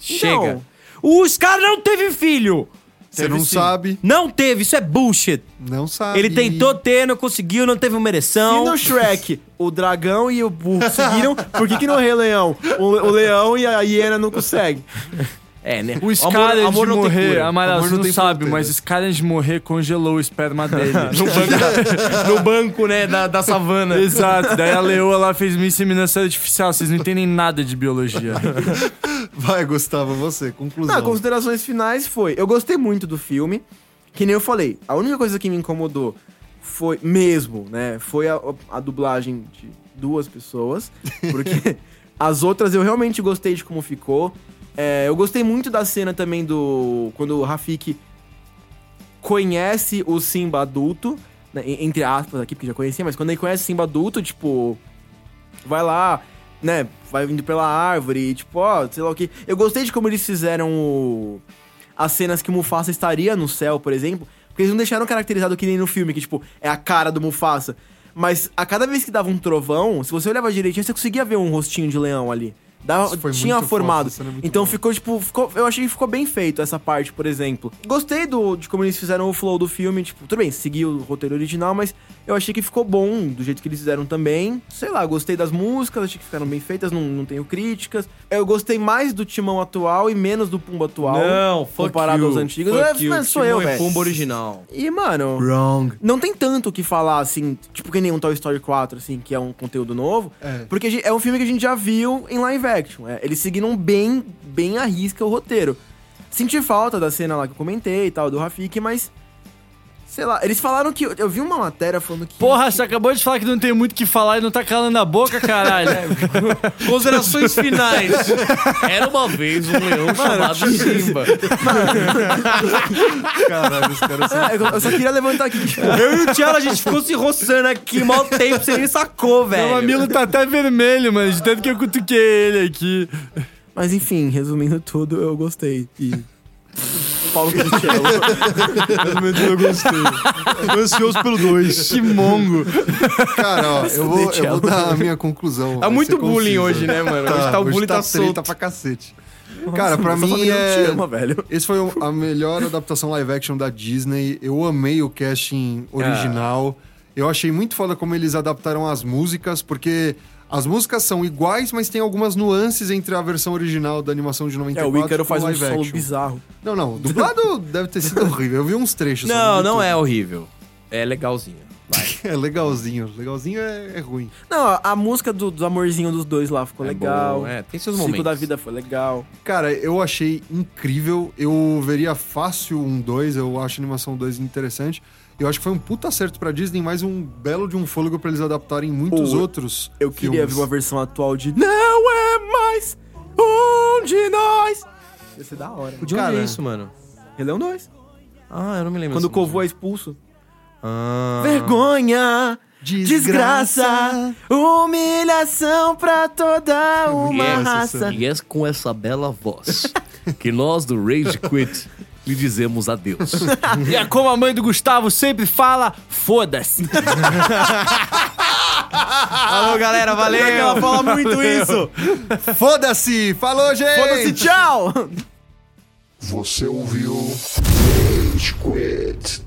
[SPEAKER 3] Chega.
[SPEAKER 4] Então-
[SPEAKER 3] Os caras não teve filho.
[SPEAKER 2] Você não sabe,
[SPEAKER 3] Não teve, isso é bullshit.
[SPEAKER 2] não sabe.
[SPEAKER 3] Ele tentou ter, não conseguiu, não teve uma ereção.
[SPEAKER 4] E no Shrek, o dragão e o burro seguiram. Por que, que no Rei Leão? O, o leão e a hiena não conseguem.
[SPEAKER 3] É, né?
[SPEAKER 5] O
[SPEAKER 3] amor,
[SPEAKER 5] Scarlet
[SPEAKER 3] amor não tem
[SPEAKER 5] morrer,
[SPEAKER 3] cura.
[SPEAKER 5] Amarelo,
[SPEAKER 2] Amor
[SPEAKER 5] você
[SPEAKER 2] não
[SPEAKER 5] não,
[SPEAKER 2] tem
[SPEAKER 5] sabe, mas
[SPEAKER 2] fronteiras.
[SPEAKER 5] o Scarlet morrer congelou o esperma dele.
[SPEAKER 3] No banco, no banco, né, da, da savana.
[SPEAKER 5] Exato, daí a leoa lá fez uma inseminação artificial, vocês não entendem nada de biologia.
[SPEAKER 2] Vai, Gustavo, você, conclusão.
[SPEAKER 4] Ah, considerações finais foi. Eu gostei muito do filme. Que nem eu falei, a única coisa que me incomodou foi mesmo, né? Foi a, a dublagem de duas pessoas. Porque as outras eu realmente gostei de como ficou. É, eu gostei muito da cena também do. Quando o Rafik conhece o Simba adulto, né, en- entre aspas aqui, porque já conhecia, mas quando ele conhece o Simba adulto, tipo, vai lá, né, vai indo pela árvore, e, tipo, ó, sei lá o que. Eu gostei de como eles fizeram o... as cenas que o Mufasa estaria no céu, por exemplo, porque eles não deixaram caracterizado que nem no filme, que, tipo, é a cara do Mufasa. Mas a cada vez que dava um trovão, se você olhava direitinho, você conseguia ver um rostinho de leão ali. Dava,
[SPEAKER 2] Isso foi
[SPEAKER 4] tinha
[SPEAKER 2] muito
[SPEAKER 4] formado.
[SPEAKER 2] foda, essa cena é muito
[SPEAKER 4] então
[SPEAKER 2] boa.
[SPEAKER 4] ficou, tipo, ficou- eu achei que ficou bem feito essa parte, por exemplo. Gostei do, de como eles fizeram o flow do filme, tipo, tudo bem, segui o roteiro original, mas eu achei que ficou bom do jeito que eles fizeram também. Sei lá, gostei das músicas, achei que ficaram bem feitas, não, não tenho críticas. Eu gostei mais do Timão atual e menos do Pumba atual.
[SPEAKER 3] Não, fuck
[SPEAKER 4] Comparado
[SPEAKER 3] you,
[SPEAKER 4] aos antigos.
[SPEAKER 3] fuck
[SPEAKER 4] É,
[SPEAKER 3] you,
[SPEAKER 4] mas sou
[SPEAKER 3] Timão
[SPEAKER 4] eu,
[SPEAKER 3] e
[SPEAKER 4] velho.
[SPEAKER 3] Pumba original.
[SPEAKER 4] E, mano...
[SPEAKER 2] Wrong.
[SPEAKER 4] Não tem tanto o que falar, assim, tipo que nem um Toy Story 4, assim, que é um conteúdo novo.
[SPEAKER 2] É.
[SPEAKER 4] Porque a gente- é um filme que a gente já viu em live action. É, eles seguiram bem, bem à risca o roteiro. Senti falta da cena lá que eu comentei e tal, do Rafik, mas. Sei lá, eles falaram que. Eu vi uma matéria falando que.
[SPEAKER 5] Porra, você acabou de falar que não tem muito o que falar e não tá calando a boca, caralho.
[SPEAKER 3] Considerações finais. Era uma vez um leão chamado Simba.
[SPEAKER 2] Caralho, os caras são...
[SPEAKER 4] Ah, eu, eu só queria levantar aqui. que-
[SPEAKER 3] Eu e o Thiago, a gente ficou se roçando aqui, mal tempo, você nem sacou, velho.
[SPEAKER 5] Meu mamilo tá até vermelho, mano, de tanto que eu cutuquei ele aqui.
[SPEAKER 4] Mas enfim, resumindo tudo, eu gostei. E. Paulo Cristiano.
[SPEAKER 2] Realmente eu gostei. Eu tô ansioso pelo 2.
[SPEAKER 5] Que mongo.
[SPEAKER 2] Cara, ó, eu vou, eu vou dar a minha conclusão.
[SPEAKER 3] Tá
[SPEAKER 2] vai
[SPEAKER 3] muito
[SPEAKER 2] ser
[SPEAKER 3] bullying
[SPEAKER 2] concisa.
[SPEAKER 3] hoje, né, mano? hoje tá, o bullying tá,
[SPEAKER 2] treta
[SPEAKER 3] solto.
[SPEAKER 2] pra cacete. Cara, pra
[SPEAKER 4] Essa
[SPEAKER 2] mim
[SPEAKER 4] família não
[SPEAKER 2] é...
[SPEAKER 4] te ama, velho.
[SPEAKER 2] Esse foi o- a melhor adaptação live action da Disney. Eu amei o casting original. Eu achei muito foda como eles adaptaram as músicas, porque as músicas são iguais, mas tem algumas nuances entre a versão original da animação de
[SPEAKER 4] É,
[SPEAKER 2] 94
[SPEAKER 4] o
[SPEAKER 2] pro
[SPEAKER 4] Ícaro faz um
[SPEAKER 2] live
[SPEAKER 4] solo
[SPEAKER 2] action.
[SPEAKER 4] bizarro.
[SPEAKER 2] Não, não. Dublado deve ter sido horrível. Eu vi uns trechos. só
[SPEAKER 3] Não,
[SPEAKER 2] no
[SPEAKER 3] não
[SPEAKER 2] YouTube.
[SPEAKER 3] é horrível. É legalzinho.
[SPEAKER 2] É legalzinho. Legalzinho é, é ruim.
[SPEAKER 4] Não, a, a música do, do amorzinho dos dois lá ficou
[SPEAKER 3] É
[SPEAKER 4] legal.
[SPEAKER 3] bom, é, tem seus
[SPEAKER 4] o ciclo
[SPEAKER 3] momentos.
[SPEAKER 4] da vida foi legal.
[SPEAKER 2] Cara, eu achei incrível. Eu veria fácil um 2. Eu acho a animação 2 interessante. Eu acho que foi um puta acerto pra Disney, mais um belo de um fôlego pra eles adaptarem muitos
[SPEAKER 4] Pô,
[SPEAKER 2] outros.
[SPEAKER 4] Eu queria
[SPEAKER 2] filmes.
[SPEAKER 4] ver uma versão atual de Não é mais um de nós. Ia ser da hora.
[SPEAKER 3] De
[SPEAKER 4] Podia
[SPEAKER 3] onde
[SPEAKER 2] Cara.
[SPEAKER 3] é isso, mano?
[SPEAKER 4] Rei Leão 2.
[SPEAKER 3] Ah, eu não me lembro.
[SPEAKER 4] Quando o
[SPEAKER 3] dessa
[SPEAKER 4] Kovu é
[SPEAKER 3] música.
[SPEAKER 4] expulso.
[SPEAKER 3] Ah.
[SPEAKER 4] Vergonha, desgraça, humilhação pra toda
[SPEAKER 3] E
[SPEAKER 4] uma
[SPEAKER 3] é-
[SPEAKER 4] raça.
[SPEAKER 3] E é com essa bela voz que nós do Rage Quit lhe dizemos adeus.
[SPEAKER 5] E é como a mãe do Gustavo sempre fala, foda-se.
[SPEAKER 3] Alô, galera, valeu!
[SPEAKER 4] Ela fala muito isso.
[SPEAKER 2] Foda-se! Falou, gente!
[SPEAKER 4] Foda-se, tchau.
[SPEAKER 6] Você ouviu? Rage Quit.